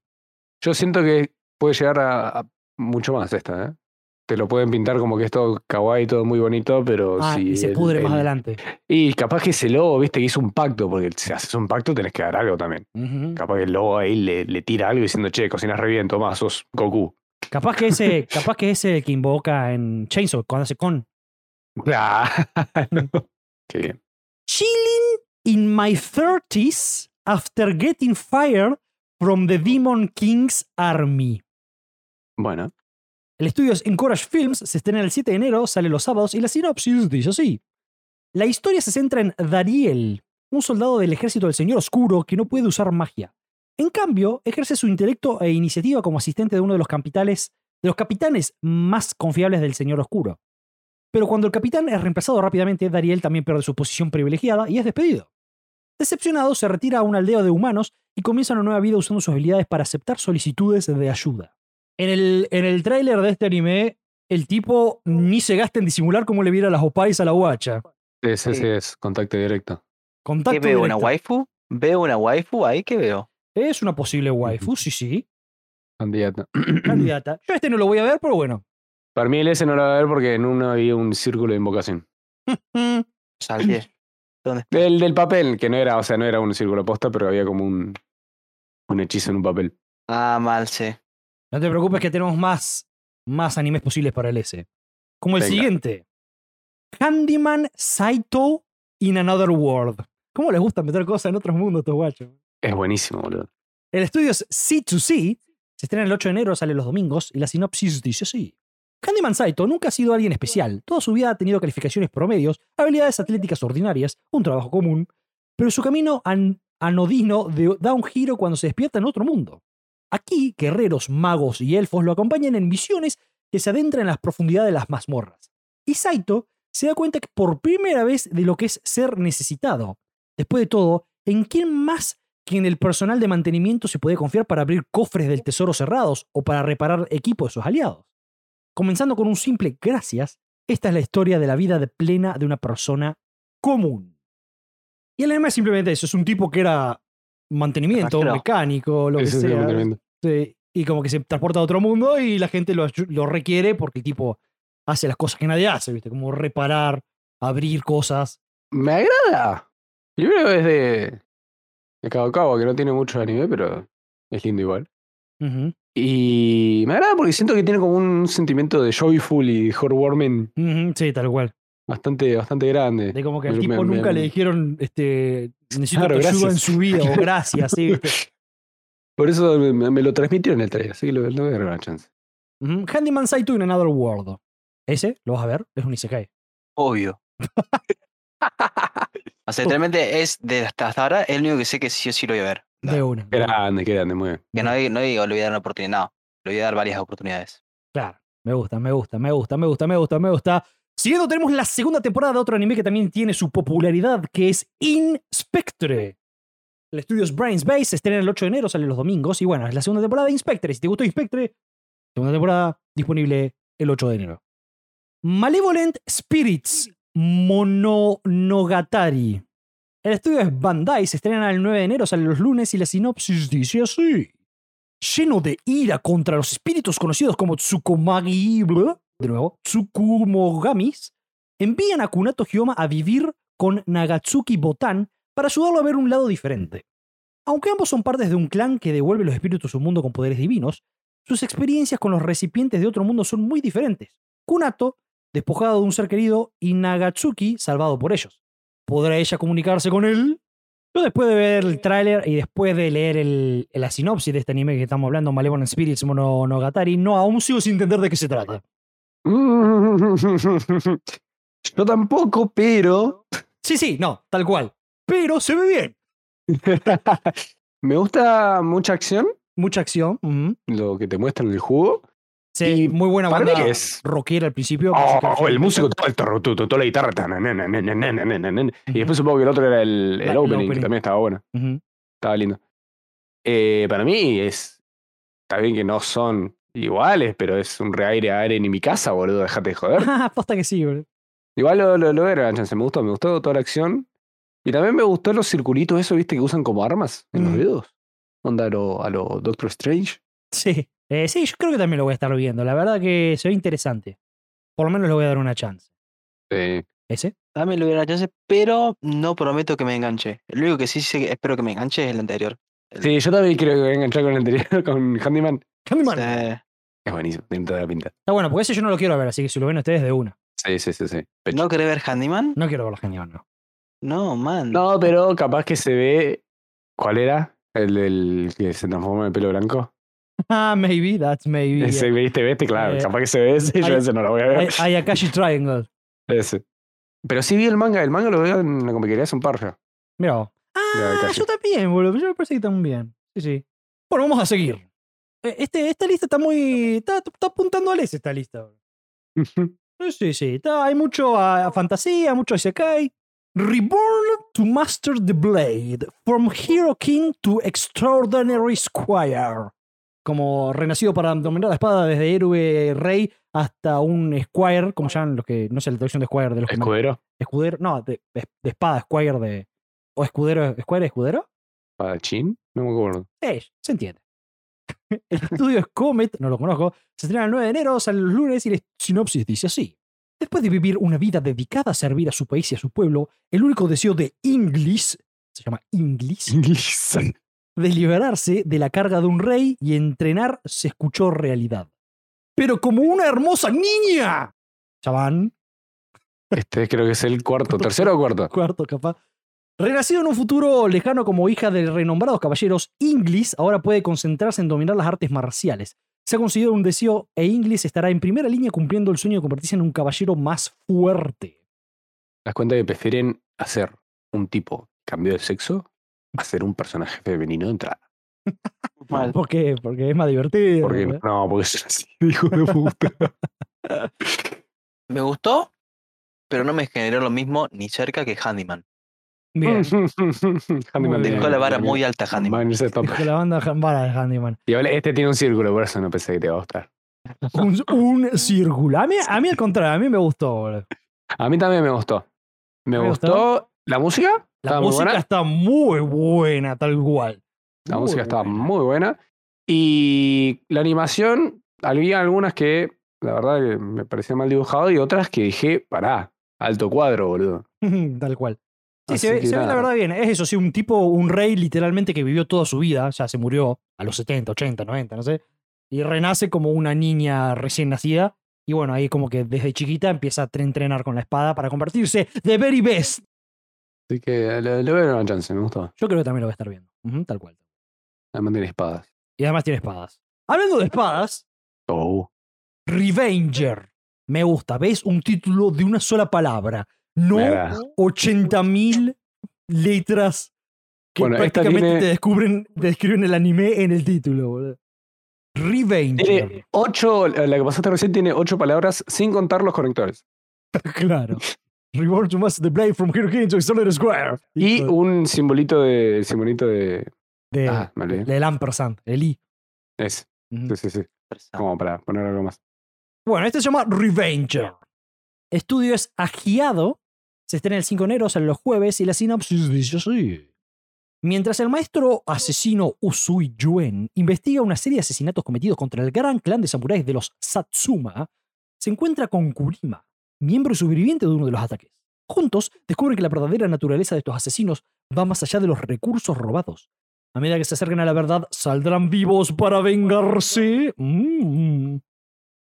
Speaker 2: Yo siento que puede llegar a, a mucho más esta, ¿eh? Te lo pueden pintar como que es todo kawaii, todo muy bonito, pero
Speaker 1: Ah,
Speaker 2: sí.
Speaker 1: y se
Speaker 2: el-
Speaker 1: pudre más
Speaker 2: el-
Speaker 1: adelante.
Speaker 2: Y capaz que ese lobo, viste, que hizo un pacto, porque si haces un pacto tenés que dar algo también.
Speaker 1: Ujú.
Speaker 2: Capaz que el lobo ahí le, le tira algo diciendo, che, cocinas re bien, tomás, sos Goku.
Speaker 1: Capaz que ese, capaz que ese que invoca en Chainsaw cuando hace con
Speaker 2: Claro. Qué bien.
Speaker 1: Chilling in my 30s after getting fired from the Demon King's army.
Speaker 2: Bueno.
Speaker 1: El estudio es Encourage Films, se estrena el 7 de enero, sale los sábados y la sinopsis dice así. La historia se centra en Dariel, un soldado del ejército del Señor Oscuro que no puede usar magia. En cambio, ejerce su intelecto e iniciativa como asistente de uno de los capitales, de los capitanes más confiables del Señor Oscuro. Pero cuando el capitán es reemplazado rápidamente, Dariel también pierde su posición privilegiada y es despedido. Decepcionado, se retira a una aldea de humanos y comienza una nueva vida usando sus habilidades para aceptar solicitudes de ayuda. En el, en el tráiler de este anime, el tipo ni se gasta en disimular cómo le viera las opais a la guacha.
Speaker 2: Ese,
Speaker 3: Sí.
Speaker 2: ese es contacto directo.
Speaker 1: Contacto
Speaker 3: ¿Qué veo? ¿Una
Speaker 1: directo.
Speaker 3: waifu? ¿Veo una waifu ahí? ¿Qué veo?
Speaker 1: Es una posible waifu, sí, sí.
Speaker 2: Candidato.
Speaker 1: Candidata. Yo este no lo voy a ver, pero bueno.
Speaker 2: Para mí el S no lo va a ver porque en uno había un círculo de invocación.
Speaker 1: Mm,
Speaker 3: Salté. ¿Dónde?
Speaker 2: El del papel, que no era, o sea, no era un círculo posta, pero había como un, un hechizo en un papel.
Speaker 3: Ah, mal, sí.
Speaker 1: No te preocupes que tenemos más, más animes posibles para el S. Como el
Speaker 2: Venga.
Speaker 1: siguiente. Handyman Saito in Another World. ¿Cómo les gusta meter cosas en otros mundos, estos guachos?
Speaker 2: Es buenísimo, boludo.
Speaker 1: El estudio es C2C, se estrena el 8 de enero, sale los domingos, y la sinopsis dice así. Handyman Saito nunca ha sido alguien especial. Toda su vida ha tenido calificaciones promedios, habilidades atléticas ordinarias, un trabajo común, pero su camino an- anodino de- da un giro cuando se despierta en otro mundo. Aquí, guerreros, magos y elfos lo acompañan en misiones que se adentran en las profundidades de las mazmorras. Y Saito se da cuenta que por primera vez de lo que es ser necesitado. Después de todo, ¿en quién más que en el personal de mantenimiento se puede confiar para abrir cofres del tesoro cerrados o para reparar equipo de sus aliados. Comenzando con un simple gracias, esta es la historia de la vida de plena de una persona común. Y el anime es simplemente eso, es un tipo que era mantenimiento,
Speaker 3: Cajero.
Speaker 1: mecánico, lo que
Speaker 2: Ese es
Speaker 1: sea.
Speaker 2: tremendo.
Speaker 1: Sí, y como que se transporta a otro mundo y la gente lo, ayu- lo requiere porque el tipo hace las cosas que nadie hace, ¿viste? Como reparar, abrir cosas.
Speaker 2: Me agrada. Yo creo que es de, de Cabo Cabo, que no tiene mucho anime, pero es lindo igual.
Speaker 1: Ujú,
Speaker 2: Y me agrada porque siento que tiene como un sentimiento de joyful y heartwarming
Speaker 1: ujú, sí, tal cual.
Speaker 2: bastante, bastante grande.
Speaker 1: De como que al
Speaker 2: Yo me-
Speaker 1: tipo
Speaker 2: me-
Speaker 1: nunca le
Speaker 2: me-
Speaker 1: dijeron, este, necesito
Speaker 2: Claro,
Speaker 1: tu ayuda
Speaker 2: gracias.
Speaker 1: en su vida, o gracias, sí.
Speaker 2: Por eso me, me lo transmitió en el trailer, así que lo, lo voy a dar una chance.
Speaker 1: Ujú. Handyman Saito in Another World. Ese, lo vas a ver, es un Isekai.
Speaker 3: Obvio. o sea, literalmente es de hasta hasta ahora el único que sé que sí o sí lo voy a ver.
Speaker 1: De una. de una.
Speaker 2: Grande, qué grande, muy bien.
Speaker 3: Que no, hay- no digo, le voy a dar una oportunidad, no. Le voy a dar varias oportunidades.
Speaker 1: Claro, me gusta, me gusta, me gusta, me gusta, me gusta, me gusta. Siguiendo tenemos la segunda temporada de otro anime que también tiene su popularidad, que es Inspectre. El estudio es Brains Base, se estrena el 8 de enero, sale los domingos, y bueno, es la segunda temporada de Inspectre. Si te gustó Inspectre, segunda temporada disponible el 8 de enero. Malevolent Spirits Mononogatari. El estudio es Bandai, se estrena el 9 de enero, sale los lunes, y la sinopsis dice así lleno de ira contra los espíritus conocidos como Tsukumagi, bla, de nuevo, Tsukumogamis, envían a Kunato Hyoma a vivir con Nagatsuki Botan para ayudarlo a ver un lado diferente. Aunque ambos son partes de un clan que devuelve los espíritus a un mundo con poderes divinos, sus experiencias con los recipientes de otro mundo son muy diferentes. Kunato, despojado de un ser querido, y Nagatsuki, salvado por ellos. ¿Podrá ella comunicarse con él? Yo después de ver el tráiler y después de leer el- la sinopsis de este anime que estamos hablando, Malevolent Spirits Monogatari, no, aún sigo sin entender de qué se trata.
Speaker 2: Yo tampoco, pero
Speaker 1: Sí, sí, no, tal cual. Pero se ve bien.
Speaker 2: me gusta mucha acción,
Speaker 1: Mucha acción. ujú.
Speaker 2: lo que te muestran en el juego.
Speaker 1: Sí,
Speaker 2: Y
Speaker 1: muy buena
Speaker 2: para mí
Speaker 1: banda
Speaker 2: que es-
Speaker 1: rockera al principio.
Speaker 2: Oh,
Speaker 1: música al
Speaker 2: el
Speaker 1: final.
Speaker 2: músico todo el torrututo, toda la guitarra. tananana, nananana, nananana. Y después supongo que el otro era el,
Speaker 1: La-
Speaker 2: el
Speaker 1: el
Speaker 2: opening,
Speaker 1: opening.
Speaker 2: que también estaba bueno,
Speaker 1: Ujú.
Speaker 2: estaba lindo. Eh, para mí es. Está bien que no son iguales, pero es un reaire a Aren y mi casa, boludo, dejate de joder.
Speaker 1: Ah, posta que sí, bro.
Speaker 2: Igual lo, lo, lo era, chance, me gustó, me gustó toda la acción. Y también me gustó los circulitos, eso, viste, que usan como armas en los
Speaker 1: Mm.
Speaker 2: dedos. Onda a lo, a lo Doctor Strange.
Speaker 1: Sí. Eh, sí, yo creo que también lo voy a estar viendo. La verdad que se ve interesante. Por lo menos le voy a dar una chance.
Speaker 2: Sí.
Speaker 1: ¿Ese?
Speaker 3: Dame le voy a dar chance, pero no prometo que me enganche. Lo único que sí sé que espero que me enganche es el anterior.
Speaker 2: yo también creo que voy a enganchar con el anterior, con Handyman.
Speaker 1: Candyman.
Speaker 3: Eh,
Speaker 2: Es buenísimo, tiene toda la pinta.
Speaker 1: Está bueno, porque ese yo no lo quiero ver, así que si lo ven ustedes de una.
Speaker 2: Sí, sí, sí, sí. pecho.
Speaker 3: ¿No querés ver Handyman?
Speaker 1: No quiero verlo genial, no.
Speaker 3: No, man.
Speaker 2: No, pero capaz que se ve. ¿Cuál era? El del que se transforma en el pelo blanco.
Speaker 1: Ah, maybe, that's maybe.
Speaker 2: Ese, ¿Viste? ¿Viste? Claro,
Speaker 1: Eh,
Speaker 2: capaz que se ve ese.
Speaker 1: hay-
Speaker 2: Yo ese no lo voy a ver.
Speaker 1: Ay- Ayakashi Triangle.
Speaker 2: Ese. Pero sí vi el manga. El manga lo veo en la comiquería, es un par ya.
Speaker 1: Mira. vos. Ah,
Speaker 2: Ayakashi.
Speaker 1: yo también, boludo. Yo me parece que también. Sí, sí. Bueno, vamos a seguir. Eh, Este, esta lista está muy. Está, está apuntando al S esta lista. boludo. Sí, Sí, sí. Está, hay mucho a, a fantasía, mucho a Isekai. Reborn to Master the Blade. From Hero King to Extraordinary Squire. Como renacido para dominar la espada desde héroe rey hasta un Squire, como llaman los que. No sé la traducción de Squire de los que
Speaker 2: Escudero.
Speaker 1: Escudero, no, de, de- de espada, Squire de. O escudero, Squire, escudero.
Speaker 2: ¿Padachín? No me acuerdo.
Speaker 1: Eh, se entiende. El estudio es Comet, no lo conozco. Se estrena el 9 de enero, sale los lunes y la sinopsis dice así. Después de vivir una vida dedicada a servir a su país y a su pueblo, el único deseo de Inglis, se llama Inglis, de liberarse de la carga de un rey y entrenar se escuchó realidad. Pero como una hermosa niña. Chaván,
Speaker 2: Este creo que es el cuarto, tercero o cuarto.
Speaker 1: cuarto capaz. Renacido en un futuro lejano como hija de renombrados caballeros, Inglis ahora puede concentrarse en dominar las artes marciales. Se ha conseguido un deseo e Inglis estará en primera línea cumpliendo el sueño de convertirse en un caballero más fuerte.
Speaker 2: Las cuentas que prefieren hacer un tipo cambio de sexo a ser un personaje femenino de entrada.
Speaker 3: Mal.
Speaker 1: ¿Por qué? Porque es más divertido.
Speaker 2: Porque,
Speaker 1: ¿verdad?
Speaker 2: no, porque son así, hijo de puta.
Speaker 3: Me gustó, pero no me generó lo mismo ni cerca que Handyman.
Speaker 1: Bien.
Speaker 2: Handyman
Speaker 1: Bien,
Speaker 3: Dejó la vara muy alta Handyman.
Speaker 2: Handyman, ese top.
Speaker 1: Dejó la banda Han- vara de Handyman.
Speaker 2: Y ahora este tiene un círculo, por eso no pensé que te iba a gustar.
Speaker 1: Un, un círculo. A mí, a mí al contrario, a mí me gustó. boludo.
Speaker 2: A mí también me gustó. Me
Speaker 1: ¿Te
Speaker 2: gustó.
Speaker 1: gustó?
Speaker 2: La música.
Speaker 1: La
Speaker 2: estaba muy
Speaker 1: música
Speaker 2: buena.
Speaker 1: está muy buena, tal cual.
Speaker 2: La
Speaker 1: Muy
Speaker 2: música estaba
Speaker 1: buena.
Speaker 2: muy buena. Y la animación, había algunas que la verdad que me parecía mal dibujado y otras que dije, pará, alto cuadro, boludo.
Speaker 1: Tal cual. Sí,
Speaker 2: Así
Speaker 1: se, ve,
Speaker 2: que
Speaker 1: se ve la
Speaker 2: nada.
Speaker 1: verdad bien. Es eso, sí, un tipo, un rey literalmente que vivió toda su vida, ya se murió a los 70, 80, 90, no sé, y renace como una niña recién nacida. Y bueno, ahí como que desde chiquita empieza a tre- entrenar con la espada para convertirse de very best.
Speaker 2: Así que le, le voy a dar una chance, me gustó.
Speaker 1: Yo creo que también lo voy a estar viendo, Ujú, tal cual.
Speaker 2: Además tiene espadas.
Speaker 1: Y además tiene espadas. Hablando de espadas,
Speaker 2: Oh,
Speaker 1: Revenger. Me gusta, ¿ves? Un título de una sola palabra. No
Speaker 2: Mira.
Speaker 1: 80.000 letras que
Speaker 2: Bueno, esta
Speaker 1: prácticamente
Speaker 2: tiene-
Speaker 1: te, descubren, te describen el anime en el título, boludo. Revenger.
Speaker 2: Tiene ocho, la que pasaste recién tiene ocho palabras sin contar los conectores.
Speaker 1: Claro. Reborn to Master the Blade from Hero King to Solid Square.
Speaker 2: Y
Speaker 1: Hijo
Speaker 2: un simbolito de. Simbolito de.
Speaker 1: de,
Speaker 2: Ah, me olvidé.
Speaker 1: del ampersand, el I.
Speaker 2: Ese.
Speaker 1: Ujú.
Speaker 2: Sí, sí, sí.
Speaker 1: Ah.
Speaker 3: Persona.
Speaker 2: Como para poner algo más.
Speaker 1: Bueno, este se llama Revenger. Estudio es Agiado. Se estrena el 5 de enero, sale los jueves y la sinopsis dice así. Mientras el maestro asesino Usui Yuen investiga una serie de asesinatos cometidos contra el gran clan de samuráis de los Satsuma, se encuentra con Kurima, miembro y sobreviviente de uno de los ataques. Juntos descubren que la verdadera naturaleza de estos asesinos va más allá de los recursos robados. A medida que se acerquen a la verdad, ¿saldrán vivos para vengarse? Mm.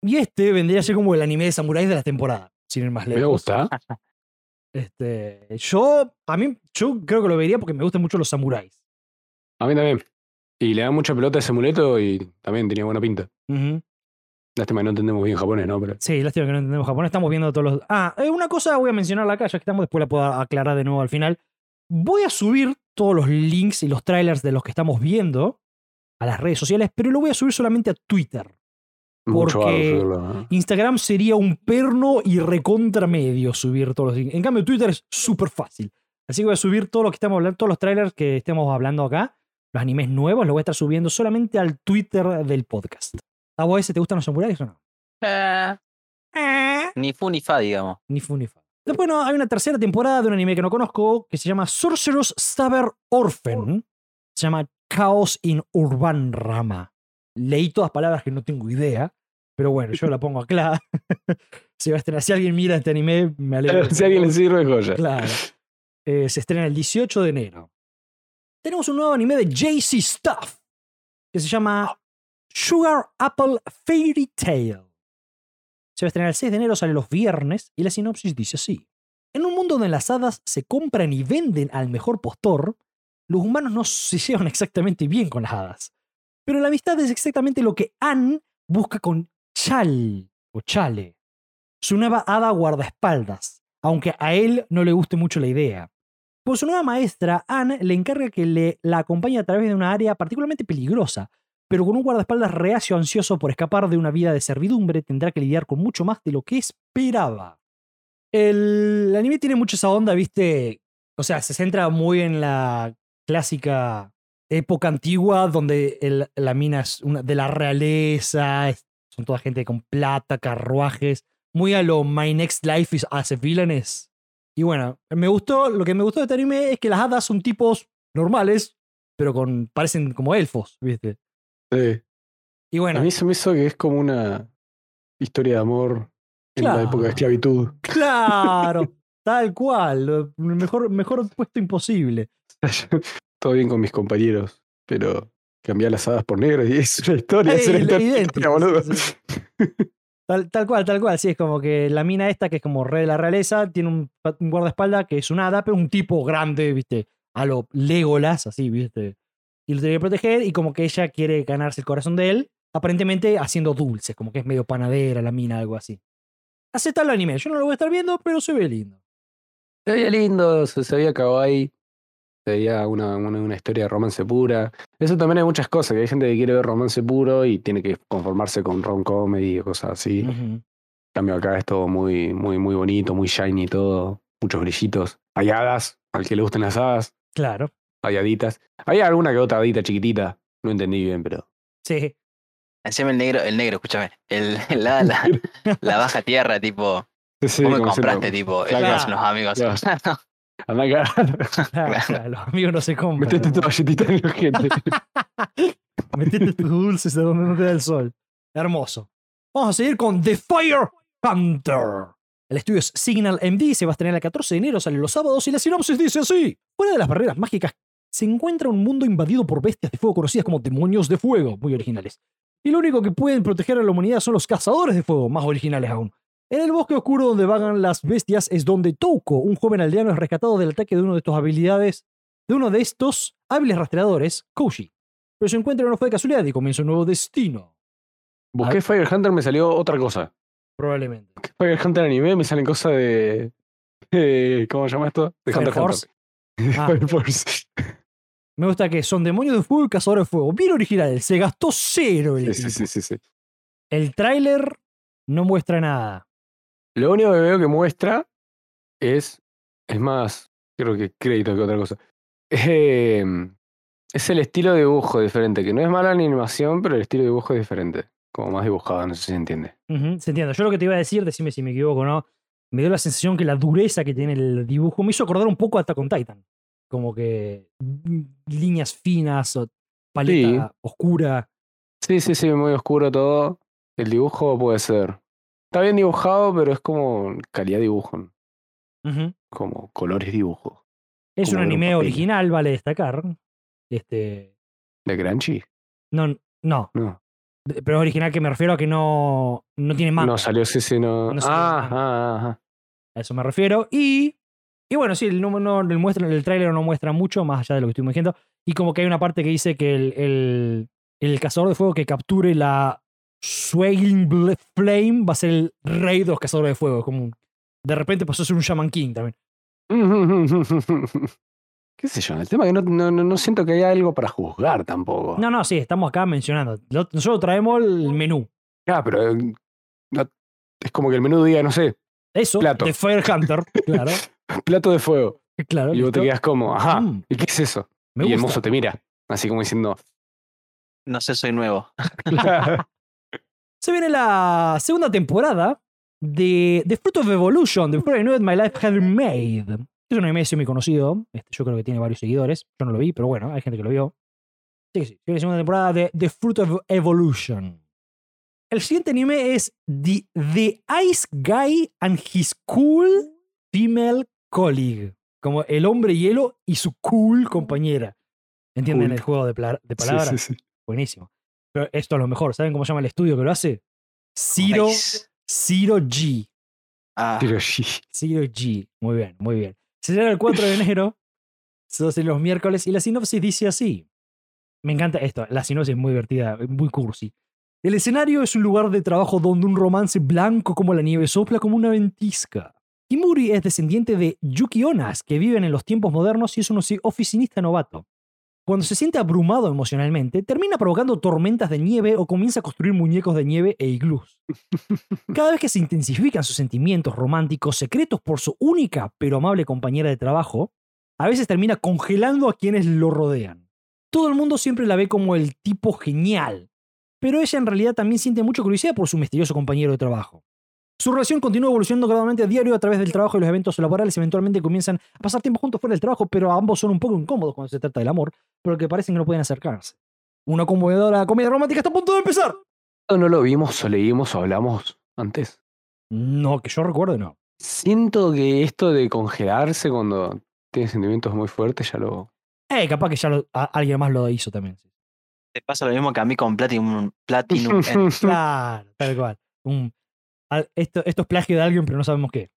Speaker 1: Y este vendría a ser como el anime de samuráis de la temporada, sin ir más lejos.
Speaker 2: Me gusta.
Speaker 1: Este, yo, a mí, yo creo que lo vería porque me gustan mucho los samuráis.
Speaker 2: A mí también. Y le da mucha pelota a ese muleto y también tenía buena pinta. Lástima que no entendemos bien japonés, ¿no? Pero
Speaker 1: Sí, lástima que no entendemos japonés. Estamos viendo todos los. Ah, eh, una cosa voy a mencionarla acá, ya que estamos, después la puedo aclarar de nuevo al final. Voy a subir todos los links y los trailers de los que estamos viendo a las redes sociales, pero lo voy a subir solamente a Twitter.
Speaker 2: mucho barro
Speaker 1: Porque-
Speaker 2: subirlo, ¿no?
Speaker 1: Instagram sería un perno y recontra medio subir todos los links. En cambio, Twitter es súper fácil. Así que voy a subir todo lo que estamos hablando, todos los trailers que estemos hablando acá, los animes nuevos, los voy a estar subiendo solamente al Twitter del podcast. ¿A vos ese te gustan los samuráis o no? Eh,
Speaker 3: Ni fu ni fa, digamos.
Speaker 1: Ni fu ni fa. Después no, hay una tercera temporada de un anime que no conozco que se llama Sorcerer's Saber Orphan. Se llama Chaos in Urban Rama. Leí todas palabras que no tengo idea, pero bueno, yo la pongo acá. se va a estrenar. Si alguien mira este anime, me alegro.
Speaker 2: si a alguien le sirve, joya.
Speaker 1: Claro. Eh, se estrena el 18 de enero. Tenemos un nuevo anime de JC Stuff que se llama Sugar Apple Fairy Tale. Se va a estrenar el 6 de enero, sale los viernes, y la sinopsis dice así. En un mundo donde las hadas se compran y venden al mejor postor, los humanos no se llevan exactamente bien con las hadas. Pero la amistad es exactamente lo que Anne busca con Chal o Chale, su nueva hada guardaespaldas, aunque a él no le guste mucho la idea. Por su nueva maestra, Anne le encarga que le, la acompañe a través de una área particularmente peligrosa, pero con un guardaespaldas reacio ansioso por escapar de una vida de servidumbre tendrá que lidiar con mucho más de lo que esperaba. El anime tiene mucho esa onda, viste, o sea, se centra muy en la clásica época antigua donde el- la mina es una, de la realeza, es- son toda gente con plata, carruajes, muy a lo My Next Life is as a Villainess. Y bueno, me gustó, lo que me gustó de este anime es que las hadas son tipos normales, pero con parecen como elfos, ¿viste?
Speaker 2: Sí.
Speaker 1: Y
Speaker 2: A
Speaker 1: bueno,
Speaker 2: mí se me hizo que es como una historia de amor en
Speaker 1: Claro.
Speaker 2: la época de esclavitud.
Speaker 1: claro, tal cual, lo mejor, mejor puesto imposible.
Speaker 2: Todo bien con mis compañeros, pero cambiar las hadas por negras y es una historia. es
Speaker 1: Ey,
Speaker 2: una historia,
Speaker 1: idéntico,
Speaker 2: boludo.
Speaker 1: sí, sí. Tal, tal cual, tal cual, sí, es como que la mina esta, que es como re de la realeza, tiene un, pa- un guardaespaldas que es un hada, pero un tipo grande, viste, a lo Legolas, así, viste. Y lo tiene que proteger y como que ella quiere ganarse el corazón de él, aparentemente haciendo dulces, como que es medio panadera la mina, algo así. Hace tal anime, yo no lo voy a estar viendo, pero se ve lindo.
Speaker 2: Se veía lindo, se, se veía kawaii, se veía una, una, una historia de romance pura. Eso también hay muchas cosas, que hay gente que quiere ver romance puro y tiene que conformarse con rom comedy o cosas así. En
Speaker 1: Ujú.
Speaker 2: cambio acá es todo muy, muy, muy bonito, muy shiny todo, muchos brillitos. Hay hadas, al que le gusten las hadas,
Speaker 1: Claro.
Speaker 2: hay haditas. Hay alguna que otra hadita chiquitita, no entendí bien, pero...
Speaker 1: Sí.
Speaker 3: Encima el negro, el negro, escúchame. El, el la, la, la baja tierra, tipo.
Speaker 2: Sí,
Speaker 3: ¿Cómo me
Speaker 2: como siendo-
Speaker 3: compraste, tipo?
Speaker 2: Claro.
Speaker 3: Estos son los amigos.
Speaker 2: Claro. Andá a cagar,
Speaker 1: Claro, claro, los amigos no se compran.
Speaker 2: metete tu galletita en la gente.
Speaker 1: Metete tus dulces a donde no te da el sol. Hermoso. Vamos a seguir con The Fire Hunter. El estudio es Signal MD, se va a estrenar el 14 de enero, sale los sábados y la sinopsis dice así. Fuera de las barreras mágicas se encuentra un mundo invadido por bestias de fuego conocidas como demonios de fuego, muy originales. Y lo único que pueden proteger a la humanidad son los cazadores de fuego, más originales aún. En el bosque oscuro donde vagan las bestias es donde Touko, un joven aldeano, es rescatado del ataque de uno de estos habilidades, de uno de estos hábiles rastreadores, Koji pero su encuentro no fue de casualidad y comienza un nuevo destino.
Speaker 2: Busqué Fire Hunter, me salió otra cosa.
Speaker 1: Probablemente.
Speaker 2: Fire Hunter anime, me salen cosas de. eh, ¿Cómo se llama esto? De
Speaker 1: Fire
Speaker 2: Hunter x
Speaker 1: Force.
Speaker 2: Hunter.
Speaker 1: Ah,
Speaker 2: Fire Force.
Speaker 1: me gusta que son demonios de fuego y cazadores de fuego. Bien original. Se gastó cero el
Speaker 2: Sí, sí,
Speaker 1: equipo.
Speaker 2: sí, sí, sí.
Speaker 1: El tráiler no muestra nada.
Speaker 2: Lo único que veo que muestra es. Es más, creo que crédito que otra cosa. Em, es el estilo de dibujo diferente, que no es mala la animación, pero el estilo de dibujo es diferente. Como más dibujado, no sé si se entiende.
Speaker 1: Ujú, se entiende. Yo lo que te iba a decir, decime si me equivoco o no, me dio la sensación que la dureza que tiene el dibujo me hizo acordar un poco hasta con Titan. Como que mm, líneas finas, o paleta oscura.
Speaker 2: Sí, sí, sí, muy oscuro todo. El dibujo puede ser. Está bien dibujado, pero es como calidad dibujo,
Speaker 1: Ujú.
Speaker 2: como colores dibujo.
Speaker 1: Es
Speaker 2: Como
Speaker 1: un
Speaker 2: ver un
Speaker 1: anime
Speaker 2: papel.
Speaker 1: original, vale destacar. Este,
Speaker 2: ¿De Crunchy?
Speaker 1: no, no,
Speaker 2: No.
Speaker 1: de- pero es original que me refiero a que no, no tiene manga.
Speaker 2: No salió, sí, sí, no.
Speaker 1: No salió de
Speaker 2: ah,
Speaker 1: manga.
Speaker 2: ah, ah, ah.
Speaker 1: A eso me refiero. Y, y bueno, sí, el, no, no- el, muestra, el trailer no muestra mucho, más allá de lo que estuvimos diciendo. Y como que hay una parte que dice que el, el, el cazador de fuego que capture la Swaying Bl- Flame va a ser el rey de los cazadores de fuego. Como un- de repente pasó a ser un Shaman King también.
Speaker 2: ah. ¿Qué sé yo? El tema que no, no, no- no siento que haya algo para juzgar tampoco.
Speaker 1: No, no, sí, estamos acá mencionando. Lo- Nosotros traemos el menú.
Speaker 2: Ah, pero eh, no- es como que el menú diga, no sé,
Speaker 1: Eso,
Speaker 2: Plato.
Speaker 1: de Fire Hunter. Claro,
Speaker 2: plato de fuego.
Speaker 1: claro.
Speaker 2: Y vos te
Speaker 1: listo.
Speaker 2: quedas como, ajá,
Speaker 1: Mm.
Speaker 2: ¿y qué es eso?
Speaker 1: Me
Speaker 2: y el
Speaker 1: gusta.
Speaker 2: mozo te mira, así como diciendo,
Speaker 3: No sé, soy nuevo.
Speaker 1: Se viene la segunda temporada de The Fruit of Evolution, The Before I Knew It, My Life Had Been Made. Es un anime semi conocido. Este, yo creo que tiene varios seguidores. Yo no lo vi, pero bueno, hay gente que lo vio. Sí, que sí. Se viene la segunda temporada de The Fruit of Evolution. El siguiente anime es The, The Ice Guy and His Cool Female Colleague. Como el hombre hielo y su cool compañera. ¿Entienden
Speaker 2: Cool.
Speaker 1: el juego de, pla- de
Speaker 2: Sí,
Speaker 1: palabras?
Speaker 2: sí, sí.
Speaker 1: Buenísimo. Pero esto es lo mejor. ¿Saben cómo se llama el estudio que lo hace? Ciro,
Speaker 3: Nice.
Speaker 1: Ciro G.
Speaker 3: Ah,
Speaker 2: Pero sí.
Speaker 1: Ciro G. Muy bien, muy bien. Se será el 4 de enero. Se hace los miércoles. Y la sinopsis dice así. Me encanta esto. La sinopsis es muy divertida, muy cursi. El escenario es un lugar de trabajo donde un romance blanco como la nieve sopla como una ventisca. Kimuri es descendiente de Yuki Onas, que viven en los tiempos modernos y es un oci- oficinista novato. Cuando se siente abrumado emocionalmente, termina provocando tormentas de nieve o comienza a construir muñecos de nieve e iglús. Cada vez que se intensifican sus sentimientos románticos secretos por su única pero amable compañera de trabajo, a veces termina congelando a quienes lo rodean. Todo el mundo siempre la ve como el tipo genial, pero ella en realidad también siente mucha curiosidad por su misterioso compañero de trabajo. Su relación continúa evolucionando gradualmente a diario a través del trabajo y los eventos laborales. Eventualmente comienzan a pasar tiempo juntos fuera del trabajo, pero ambos son un poco incómodos cuando se trata del amor, por lo que parecen que no pueden acercarse. Una conmovedora comedia romántica está a punto de empezar.
Speaker 2: ¿No lo vimos o leímos o hablamos antes?
Speaker 1: No, que yo recuerdo, no.
Speaker 2: Siento que esto de congelarse cuando tienes sentimientos muy fuertes ya lo.
Speaker 1: Eh, capaz que ya lo- a- alguien más lo hizo también.
Speaker 3: te pasa lo mismo que a mí con Platinum. Platinum End.
Speaker 2: Mm.
Speaker 1: Claro, tal cual. Un- al- esto, esto es plagio de alguien, pero no sabemos qué.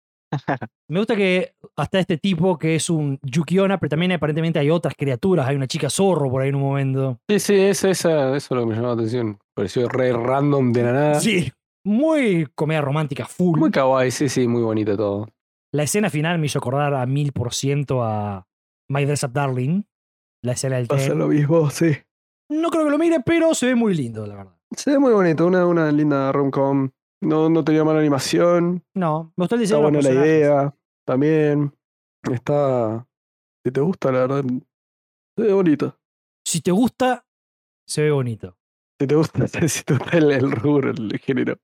Speaker 1: Me gusta que hasta este tipo, que es un Yukiona, pero también aparentemente hay otras criaturas. Hay una chica zorro por ahí en un momento.
Speaker 2: sí, sí, eso, esa- eso es lo que me llamó la atención. Pareció re random de la nada.
Speaker 1: Sí. Muy comedia romántica, full.
Speaker 2: Ah. Muy kawaii, sí, sí, muy bonito todo.
Speaker 1: La escena final me hizo acordar a mil por ciento a My Dress Up Darling. La escena del tren.
Speaker 2: lo mismo, sí.
Speaker 1: No creo que lo mire, pero se ve muy lindo, la verdad.
Speaker 2: Se ve muy bonito, una, una linda rom-com. No, no tenía mala animación.
Speaker 1: No, me gustó el
Speaker 2: Está
Speaker 1: diseño. de los
Speaker 2: buena la
Speaker 1: personajes.
Speaker 2: idea. También. Está. Si te gusta, la verdad. Se ve bonito.
Speaker 1: Si te gusta, se ve bonito.
Speaker 2: Si te gusta, si te gusta el, el rubro, el género.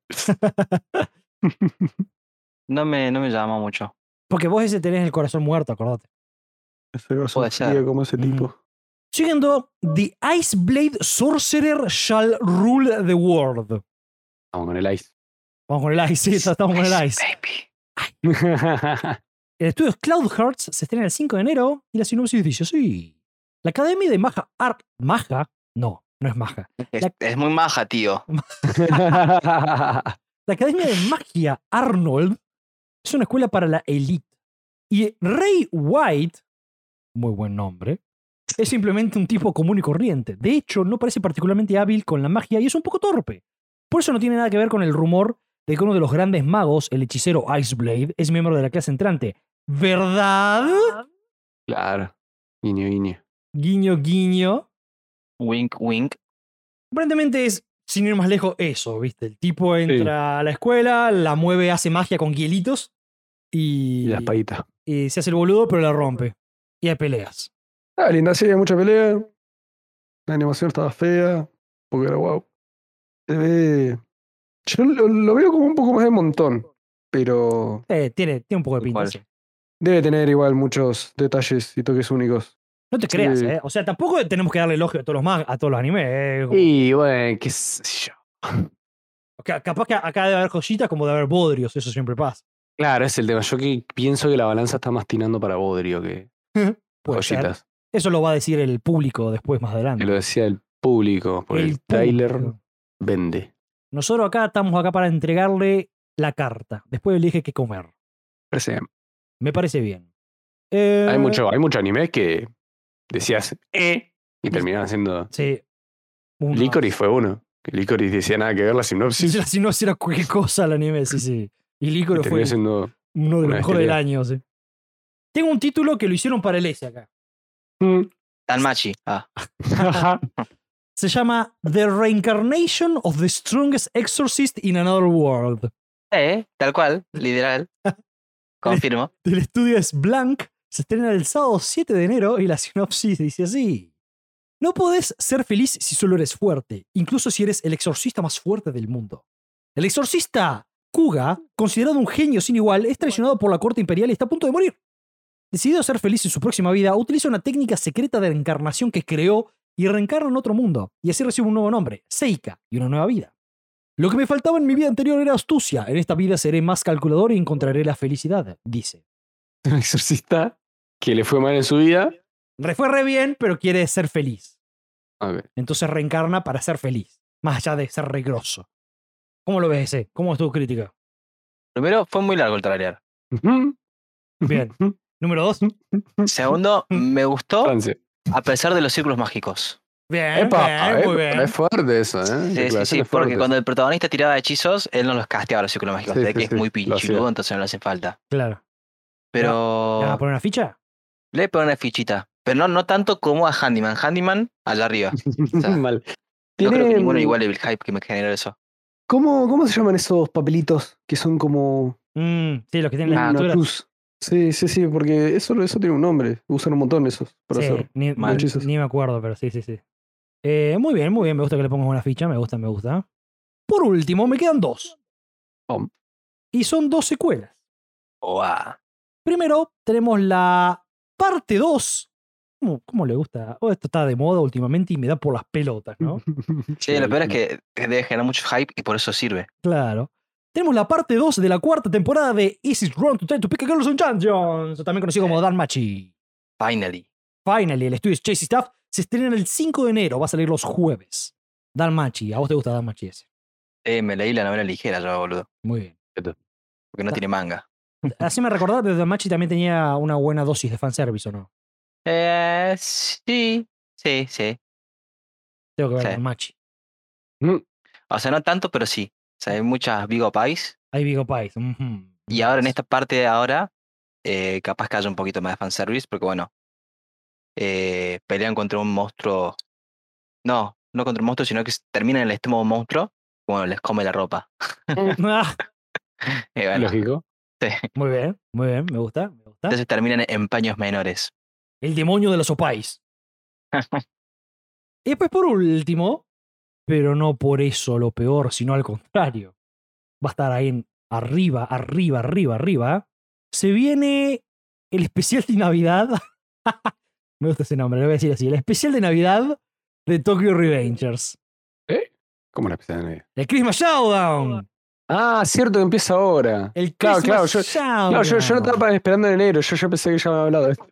Speaker 3: No me, no me llama mucho.
Speaker 1: Porque vos ese tenés el corazón muerto, acordate.
Speaker 2: Ese corazón
Speaker 3: Puede ser.
Speaker 2: frío como ese
Speaker 1: Mm.
Speaker 2: tipo.
Speaker 1: Siguiendo, The Ice Blade Sorcerer Shall Rule the World.
Speaker 2: Vamos con el ice.
Speaker 1: Vamos con el Ice, sí, estamos con el Ice. El estudio es Cloud Hearts se estrena el 5 de enero y la sinopsis dice sí. La Academia de Maja Art... ¿Maja? No, no es Maja.
Speaker 3: Es,
Speaker 1: La-
Speaker 3: es muy maja, tío.
Speaker 1: La Academia de Magia Arnold es una escuela para la elite. Y Ray White, muy buen nombre, es simplemente un tipo común y corriente. De hecho, no parece particularmente hábil con la magia y es un poco torpe. Por eso no tiene nada que ver con el rumor de que uno de los grandes magos, el hechicero Iceblade, es miembro de la clase entrante. ¿Verdad?
Speaker 2: Claro. Guiño, guiño.
Speaker 1: Guiño, guiño.
Speaker 3: Wink, wink.
Speaker 1: Aparentemente es, sin ir más lejos, eso, ¿viste? El tipo entra a la escuela, la mueve, hace magia con hielitos y,
Speaker 2: Y las payitas.
Speaker 1: y se hace el boludo, pero la rompe. Y hay peleas.
Speaker 2: Ah, linda serie, mucha pelea. La animación estaba fea. Porque era guau. Se ve. Yo lo, lo veo como un poco más de montón. Pero
Speaker 1: Eh, tiene, tiene un poco de pinta.
Speaker 3: Igual.
Speaker 1: sí.
Speaker 2: debe tener igual muchos detalles y toques únicos.
Speaker 1: No te creas,
Speaker 2: Sí.
Speaker 1: ¿eh? O sea, tampoco tenemos que darle elogio a todos los mag a todos los animes. ¿eh? Como-
Speaker 2: Y bueno, qué sé yo.
Speaker 1: ca- Capaz que acá debe haber joyitas como de haber bodrios, eso siempre pasa.
Speaker 2: Claro, es el tema. Yo que pienso que la balanza está más tirando para Bodrio que
Speaker 1: Puede ser.
Speaker 2: joyitas.
Speaker 1: Eso lo va a decir el público después, más
Speaker 2: Que
Speaker 1: adelante.
Speaker 2: lo decía el público. Porque el, trailer
Speaker 1: público.
Speaker 2: vende.
Speaker 1: Nosotros acá estamos acá para entregarle la carta. Después elige qué comer.
Speaker 2: Parece-
Speaker 1: Me parece bien. Eh,
Speaker 2: Hay mucho, hay mucho anime que decías eh y terminaban haciendo
Speaker 1: Sí. Uno-
Speaker 2: Licorice fue uno. Que Licorice decía nada que ver la
Speaker 1: Sí, sí,
Speaker 2: sinopsis.
Speaker 1: Si no, si era cualquier cosa el anime, sí, sí. Y Licoro
Speaker 2: y terminó
Speaker 1: fue
Speaker 2: siendo
Speaker 1: uno de
Speaker 2: una
Speaker 1: los mejores del
Speaker 2: bestialidad.
Speaker 1: año, sí. Tengo un título que lo hicieron para el S acá.
Speaker 2: "Mm,
Speaker 3: Tan machi. Ah,
Speaker 2: ajá".
Speaker 1: se llama The Reincarnation of the Strongest Exorcist in Another World.
Speaker 3: eh, tal cual, literal. Confirmo.
Speaker 1: Del estudio es Blank, se estrena el sábado 7 de enero y la sinopsis dice así. No podés ser feliz si solo eres fuerte, incluso si eres el exorcista más fuerte del mundo. El exorcista Kuga, considerado un genio sin igual, es traicionado por la corte imperial y está a punto de morir. Decidido a ser feliz en su próxima vida, utiliza una técnica secreta de reencarnación que creó y reencarna en otro mundo, y así recibe un nuevo nombre, Seika, y una nueva vida. Lo que me faltaba en mi vida anterior era astucia. En esta vida seré más calculador y encontraré la felicidad, dice.
Speaker 2: un exorcista que le fue mal en su vida.
Speaker 1: Re fue re bien, pero quiere ser feliz.
Speaker 2: A ver,
Speaker 1: Entonces reencarna para ser feliz, más allá de ser re grosso. ¿Cómo lo ves ese? ¿Cómo es tu crítica?
Speaker 3: Primero, fue muy largo el trailer.
Speaker 2: "Ujú,
Speaker 1: Bien.
Speaker 2: ujú,
Speaker 1: Número dos.
Speaker 2: ujú".
Speaker 3: Segundo, me gustó
Speaker 2: Trance.
Speaker 3: a pesar de los círculos mágicos.
Speaker 1: Bien,
Speaker 2: Epa,
Speaker 1: Eh, bien,
Speaker 2: eh,
Speaker 1: muy bien.
Speaker 2: es fuerte eso, ¿eh?
Speaker 3: Sí, sí,
Speaker 2: Declaraciones
Speaker 3: sí, porque
Speaker 2: fuertes.
Speaker 3: cuando el protagonista tiraba hechizos, él no los casteaba los círculos mágicos,
Speaker 2: Sí,
Speaker 3: de
Speaker 2: sí,
Speaker 3: que es
Speaker 2: sí,
Speaker 3: muy
Speaker 2: lo hacía.
Speaker 3: pinchudo, entonces no le hacen falta.
Speaker 1: Claro. ¿Le vas
Speaker 3: Pero
Speaker 1: a poner una ficha?
Speaker 3: le pongo una fichita. Pero no, no tanto como a Handyman. Handyman, al de arriba. O sea,
Speaker 2: Mal.
Speaker 3: No creo que
Speaker 2: Tienen-
Speaker 3: ninguno iguale el hype que me generó eso.
Speaker 2: ¿Cómo, ¿Cómo se llaman esos papelitos que son como
Speaker 1: Mm, sí, los que tienen
Speaker 2: una
Speaker 1: la pintura.
Speaker 2: cruz? Sí, sí, sí, porque eso, eso tiene un nombre. Usan un montón esos para
Speaker 1: Sí,
Speaker 2: hacer.
Speaker 1: ni,
Speaker 3: mal.
Speaker 1: ni- ni me acuerdo, pero sí, sí, sí. Eh, muy bien, muy bien. Me gusta que le pongas una ficha. Me gusta, me gusta. Por último, me quedan dos.
Speaker 2: Bom.
Speaker 1: Y son dos secuelas.
Speaker 3: Guau.
Speaker 1: Primero tenemos la parte 2. ¿Cómo, cómo le gusta? Oh, esto está de moda últimamente y me da por las pelotas, ¿no?
Speaker 3: Sí, lo peor es que debe generar mucho hype y por eso sirve.
Speaker 1: claro. Tenemos la parte 2 de la cuarta temporada de Is It Wrong to Try to Pick a Girls on Champions? También conocido como Dan Machi.
Speaker 3: Finally.
Speaker 1: Finally, el estudio es Chase Staff. Se estrena el 5 de enero, va a salir los jueves. Dan Machi, ¿a vos te gusta Dan Machi ese?
Speaker 3: Eh, me leí la novela ligera yo, boludo.
Speaker 1: Muy bien.
Speaker 3: Porque no
Speaker 1: Ta-
Speaker 3: tiene manga.
Speaker 1: Así me recordar, pero Dan Machi también tenía una buena dosis de fanservice, ¿o no?
Speaker 3: Eh, sí, sí, sí.
Speaker 1: Tengo que ver
Speaker 3: Sí.
Speaker 1: Dan Machi.
Speaker 3: O sea, no tanto, pero sí. O sea, hay muchas Big Up Eyes.
Speaker 1: Ahí Vigo Pais. ujú.
Speaker 3: Y ahora en esta parte de ahora, eh, capaz que haya un poquito más de fanservice, porque bueno, eh, pelean contra un monstruo. No, no contra un monstruo, sino que s- termina en el estómago de un monstruo. Bueno, les come la ropa.
Speaker 1: Ah,
Speaker 3: Eh, bueno,
Speaker 2: Lógico.
Speaker 1: muy bien, muy bien, me gusta, me gusta.
Speaker 3: entonces terminan en paños menores.
Speaker 1: El demonio de los opais. y después, por último, pero no por eso lo peor, sino al contrario. Va a estar ahí en arriba, arriba, arriba, arriba. Se viene el especial de Navidad. Me gusta ese nombre, lo voy a decir así. El especial de Navidad de Tokyo Revengers.
Speaker 2: ¿Cómo la empezaron ahí?
Speaker 1: El Christmas Showdown.
Speaker 2: Ah, cierto, empieza ahora.
Speaker 1: El
Speaker 2: Claro,
Speaker 1: Christmas
Speaker 2: claro, yo-
Speaker 1: Showdown.
Speaker 2: No, yo, yo no estaba esperando en enero, yo ya pensé que ya había hablado de esto.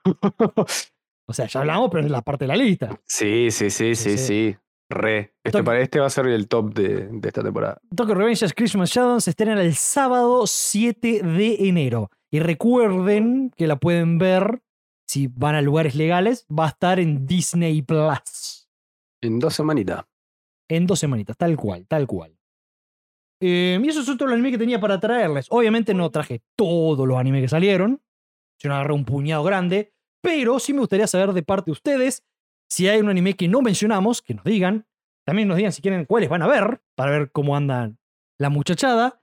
Speaker 1: O sea, ya hablamos, pero es la parte de la lista.
Speaker 2: sí, sí, sí,
Speaker 1: Sí, sí.
Speaker 2: sí, sí. Re. Este,
Speaker 1: Toc-
Speaker 2: para este va a ser el top de, de esta temporada.
Speaker 1: Tokyo Revengers Christmas Shadow se estrena el sábado 7 de enero. Y recuerden que la pueden ver, si van a lugares legales, va a estar en Disney Plus.
Speaker 2: En dos semanitas.
Speaker 1: En dos semanitas, tal cual, tal cual. Eh, y esos son todos los animes que tenía para traerles. Obviamente no traje todos los animes que salieron, sino agarré un puñado grande, pero sí me gustaría saber de parte de ustedes si hay un anime que no mencionamos, que nos digan. También nos digan si quieren cuáles van a ver, para ver cómo andan la muchachada.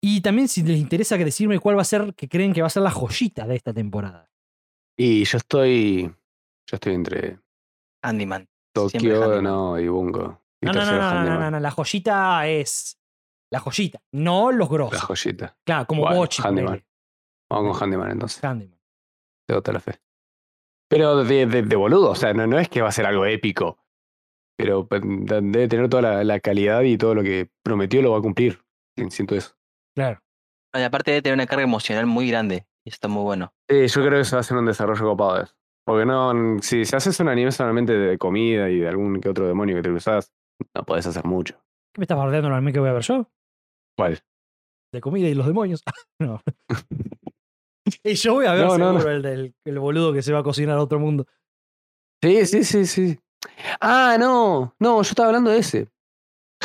Speaker 1: Y también si les interesa que decirme cuál va a ser, que creen que va a ser la joyita de esta temporada.
Speaker 2: Y yo estoy. Yo estoy entre
Speaker 3: Handyman. Siempre
Speaker 2: Tokio,
Speaker 3: Handyman.
Speaker 2: no, y Bungo. Y
Speaker 1: No, no, no,
Speaker 2: tercero
Speaker 1: no, no,
Speaker 2: Handyman.
Speaker 1: no, no, la joyita es la joyita, no los
Speaker 2: La
Speaker 1: grosos.
Speaker 2: joyita.
Speaker 1: Claro, como
Speaker 2: Bueno,
Speaker 1: Bochi,
Speaker 2: Handyman.
Speaker 1: ponele.
Speaker 2: Vamos con Handyman entonces.
Speaker 1: Handyman.
Speaker 2: Tengo toda la fe. Pero de, de- de boludo, o sea, no, no es que va a ser algo épico. Pero pe- de- debe tener toda la, la calidad y todo lo que prometió lo va a cumplir. Siento eso.
Speaker 1: Claro.
Speaker 3: Y aparte debe tener una carga emocional muy grande. Y está muy bueno.
Speaker 2: Sí, yo creo que se va a hacer un desarrollo copado. de eso. Porque no, n- si se haces un anime solamente de comida y de algún que otro demonio que te cruzas, no podés hacer mucho.
Speaker 1: ¿Qué me estás bardeando el anime que voy a ver yo?
Speaker 2: ¿Cuál?
Speaker 1: De comida y los demonios. no. y yo voy a ver
Speaker 2: No, no,
Speaker 1: seguro
Speaker 2: no.
Speaker 1: El, del- el boludo que se va a cocinar a otro mundo.
Speaker 2: Sí, sí, sí, sí. Ah, no, no, yo estaba hablando de ese.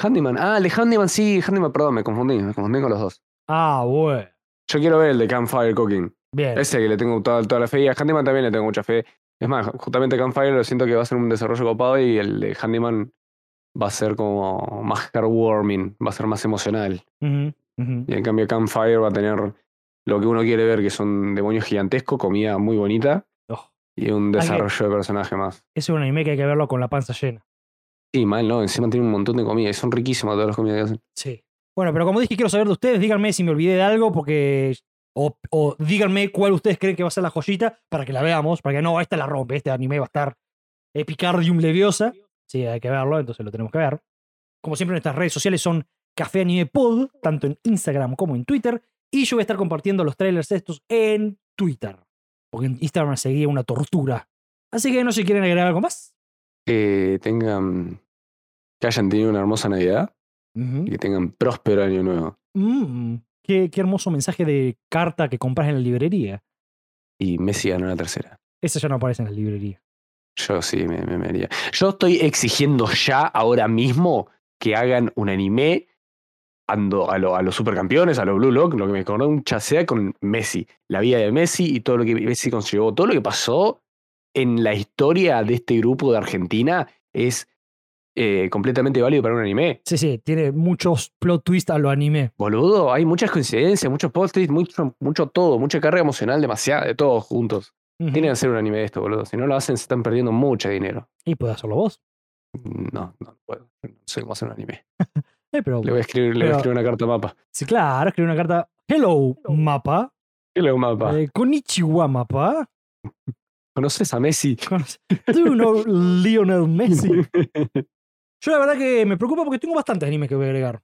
Speaker 2: Handyman. Ah, el de Handyman, sí, Handyman, perdón, me confundí, me confundí con los dos.
Speaker 1: Ah, bueno.
Speaker 2: Yo quiero ver el de Campfire Cooking.
Speaker 1: Bien.
Speaker 2: Ese que le tengo toda, toda la fe. Y a Handyman también le tengo mucha fe. Es más, justamente Campfire lo siento que va a ser un desarrollo copado y el de Handyman va a ser como más heartwarming, va a ser más emocional.
Speaker 1: Ujú, ujú.
Speaker 2: Y en cambio Campfire va a tener lo que uno quiere ver, que son demonios gigantescos, comida muy bonita
Speaker 1: Oh,
Speaker 2: y un
Speaker 1: que-
Speaker 2: desarrollo de personaje más.
Speaker 1: ese es un anime que hay que verlo con la panza llena.
Speaker 2: Sí, mal, ¿no? Encima tiene un montón de comida y son riquísimas todas las comidas que hacen.
Speaker 1: Sí. Bueno, pero como dije, quiero saber de ustedes. Díganme si me olvidé de algo, porque. O, o díganme cuál ustedes creen que va a ser la joyita para que la veamos. Para que no, esta la rompe. Este anime va a estar Epicardium Leviosa. Sí, hay que verlo, entonces lo tenemos que ver. Como siempre, nuestras redes sociales son Café Anime Pod, tanto en Instagram como en Twitter. Y yo voy a estar compartiendo los trailers estos en Twitter. Porque en Instagram seguía una tortura. Así que no sé si quieren agregar algo más.
Speaker 2: Que Eh, tengan. Que hayan tenido una hermosa Navidad
Speaker 1: Ujú.
Speaker 2: y que tengan próspero año nuevo.
Speaker 1: Mm, qué, qué hermoso mensaje de carta que compras en la librería.
Speaker 2: Y Messi ganó la tercera.
Speaker 1: Esa ya no aparece en la librería.
Speaker 2: Yo sí, me, me, me haría. Yo estoy exigiendo ya, ahora mismo, que hagan un anime ando- a, lo- a los supercampeones, a los Blue Lock, lo que me acordó un chasea con Messi. La vida de Messi y todo lo que Messi consiguió, todo lo que pasó en la historia de este grupo de Argentina es eh, completamente válido para un anime.
Speaker 1: Sí, sí, tiene muchos plot twists a lo anime.
Speaker 2: Boludo, hay muchas coincidencias, muchos post-its, mucho, mucho todo, mucha carga emocional, demasiada, de todos juntos.
Speaker 1: Ujú.
Speaker 2: Tienen que hacer un anime de esto, boludo. Si no lo hacen, se están perdiendo mucho dinero.
Speaker 1: Y puedes hacerlo vos.
Speaker 2: No, no puedo. No sé cómo hacer un anime.
Speaker 1: Eh, pero,
Speaker 2: Le voy a escribir, le voy a
Speaker 1: Pero-
Speaker 2: escribir una carta a mapa.
Speaker 1: sí, claro, escribe una carta. Hello, mapa.
Speaker 2: ¿Qué le hago a mapa?
Speaker 1: Eh, Konnichiwa, mapa.
Speaker 2: ¿Conoces a Messi?
Speaker 1: Do you know Lionel Messi? Yo la verdad que me preocupa porque tengo bastantes animes que voy a agregar.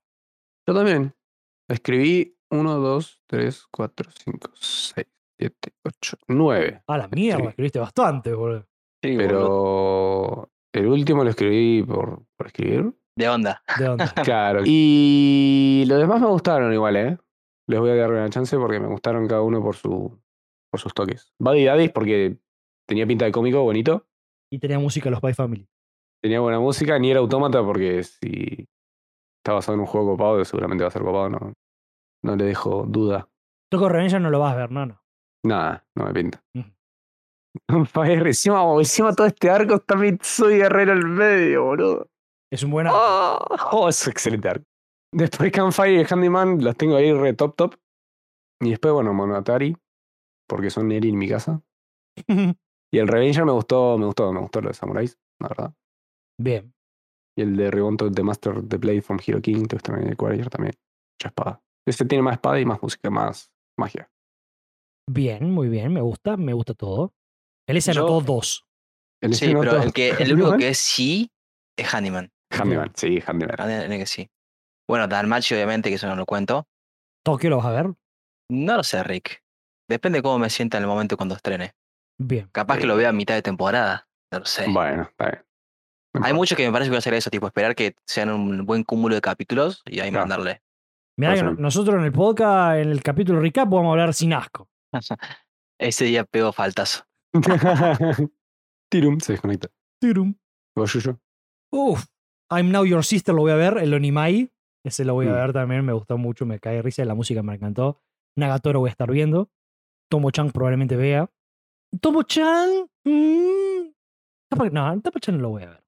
Speaker 2: Yo también. Escribí 1, 2, 3, 4, 5, 6, 7, 8, 9.
Speaker 1: A la mierda,
Speaker 2: Sí.
Speaker 1: escribiste bastante, boludo.
Speaker 3: Sí, boludo.
Speaker 2: Pero el último lo escribí por, por escribir.
Speaker 3: De onda.
Speaker 1: ¿De dónde?
Speaker 2: Claro. Y los demás me gustaron igual, ¿eh? Les voy a dar una chance porque me gustaron cada uno por, su, por sus toques. Buddy Daddies porque tenía pinta de cómico bonito.
Speaker 1: Y tenía música los Spy Family.
Speaker 2: tenía buena música, ni era autómata, porque si está basado en un juego copado, seguramente va a ser copado, no, no le dejo duda.
Speaker 1: Toco Revenge no lo vas a ver, no, no.
Speaker 2: Nada, no me pinta.
Speaker 1: Ujú.
Speaker 2: Fire, encima, encima todo este arco está Mitsuy Guerrero en el medio, boludo.
Speaker 1: Es un buen arco.
Speaker 2: Ah, oh, es un excelente arco. Después Campfire y Handyman los tengo ahí re top top. Y después, bueno, Monatari, porque son Eri en mi casa. Y el Revenger me gustó, me gustó, me gustó lo de Samuráis, la verdad.
Speaker 1: Bien.
Speaker 2: Y el de Rebonto The Master The Blade from Hero King, to Extraordinary Warrior también. Mucha espada. Este tiene más espada y más música, más magia.
Speaker 1: Bien, muy bien, me gusta, me gusta todo. Él se
Speaker 2: Yo-
Speaker 1: anotó dos.
Speaker 2: El
Speaker 3: Sí,
Speaker 2: esceno
Speaker 3: pero
Speaker 2: todo-
Speaker 3: el, que, el
Speaker 2: Handyman.
Speaker 3: único que es sí es Handyman.
Speaker 2: Handyman, sí, Handyman.
Speaker 3: Handyman es que sí. Bueno, Danmachi, obviamente, que eso no lo cuento.
Speaker 1: Tokio lo vas a ver.
Speaker 3: No lo sé, Rick. Depende cómo me sienta en el momento cuando estrene.
Speaker 1: Bien.
Speaker 3: Capaz que lo vea a mitad de temporada. No lo sé.
Speaker 2: Bueno, está bien.
Speaker 3: Hay muchos que me parece que voy a hacer eso, tipo esperar que sean un buen cúmulo de capítulos y ahí
Speaker 2: Claro.
Speaker 3: mandarle.
Speaker 1: Mirá que
Speaker 2: Pásame.
Speaker 1: no- nosotros en el podcast, en el capítulo recap, vamos a hablar sin asco.
Speaker 3: Ese día pego faltazo.
Speaker 2: Tirum se desconecta.
Speaker 1: Tirum.
Speaker 2: Goyuyo.
Speaker 1: Uf. I'm Now Your Sister lo voy a ver, el Onimai. Ese lo voy a
Speaker 2: Mm.
Speaker 1: ver también, me gustó mucho, me cae de risa, la música me encantó. Nagatoro voy a estar viendo. Tomo Chan probablemente vea. Tomo Chan. mm, no, Tomo Chan no lo voy a ver.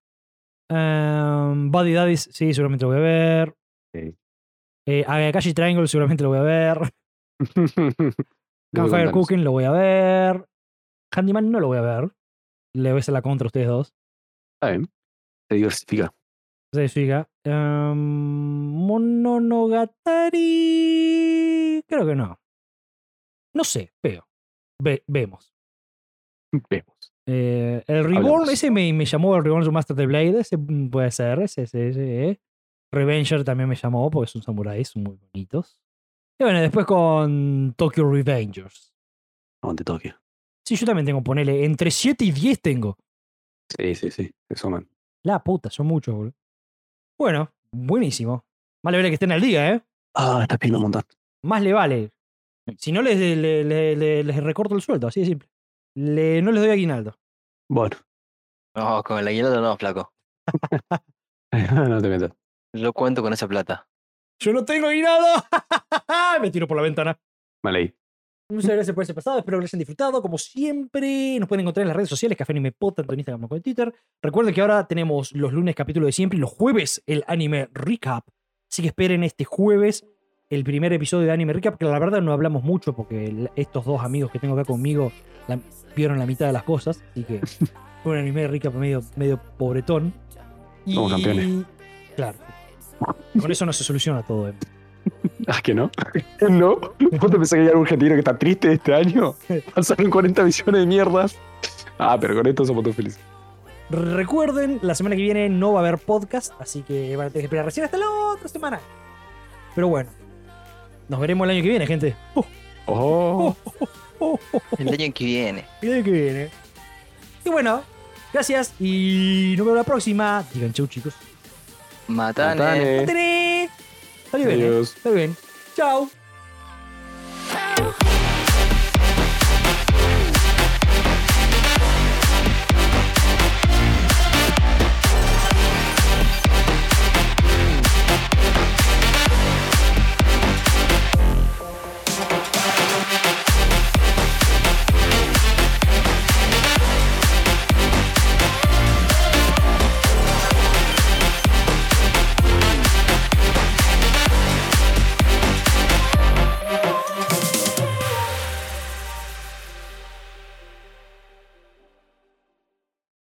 Speaker 1: Em, Buddy Daddies, sí, seguramente lo voy a ver.
Speaker 2: Sí.
Speaker 1: Eh, Agakashi Triangle, seguramente lo voy a ver.
Speaker 2: Dame
Speaker 1: Campfire
Speaker 2: contanos.
Speaker 1: Cooking lo voy a ver. Handyman no lo voy a ver. Le voy a hacer la contra a ustedes dos.
Speaker 2: Está bien. Se diversifica.
Speaker 1: Se siga. Em, Mononogatari. Creo que no. No sé, veo. Ve- vemos.
Speaker 2: Vemos.
Speaker 1: Eh, el Reborn,
Speaker 2: Hablemos.
Speaker 1: ese me, me llamó el Reborn Master de Blade. Ese mm, puede ser. Ese, ese, ese, eh. Revenger también me llamó porque son samuráis, son muy bonitos. Y bueno, después con Tokyo Revengers.
Speaker 2: Monte Tokio.
Speaker 1: Sí, yo también tengo, ponele, entre 7 y 10 tengo.
Speaker 2: Sí, sí, sí. Se suman.
Speaker 1: La puta, son muchos, boludo. Bueno, buenísimo. Más le vale que estén al día, ¿eh?
Speaker 2: Ah, estás pidiendo un montón.
Speaker 1: Más le vale. Si no, les, le- le- le- les recorto el sueldo, así de simple. Le- no les doy aguinaldo.
Speaker 2: Bueno,
Speaker 3: No, con el aguinaldo no, flaco.
Speaker 2: no te metas.
Speaker 3: Yo cuento con esa plata.
Speaker 1: ¡Yo no tengo aguinaldo! Me tiro por la ventana.
Speaker 2: Mal ahí.
Speaker 1: Muchas gracias por ese pasado, espero que lo hayan disfrutado. Como siempre, nos pueden encontrar en las redes sociales, Café Anime Pod, tanto en Instagram como en Twitter. Recuerden que ahora tenemos los lunes capítulo de siempre y los jueves el anime recap. Así que esperen este jueves el primer episodio de Anime Recap, que la verdad no hablamos mucho porque el- estos dos amigos que tengo acá conmigo la- vieron la mitad de las cosas. Así que fue un anime recap medio, medio pobretón. Y,
Speaker 2: Somos campeones.
Speaker 1: Claro. Con eso no se soluciona todo. Em.
Speaker 2: Ah, que no. no. ¿Vos te pensás que hay algún argentino que está triste este año? Pasaron 40 millones de mierdas. Ah, pero con esto somos todos felices.
Speaker 1: Recuerden, la semana que viene no va a haber podcast, así que van a tener que esperar recién hasta la otra semana. Pero bueno, nos veremos el año que viene, gente. Uh,
Speaker 2: Oh.
Speaker 3: El año que viene.
Speaker 1: el año que viene. Y bueno, gracias y nos vemos la próxima. Digan chau, chicos.
Speaker 3: Matane.
Speaker 2: Matane.
Speaker 1: eh. ¡Tadere! Está bien, ¿eh?
Speaker 2: Adiós.
Speaker 1: está bien. Chau.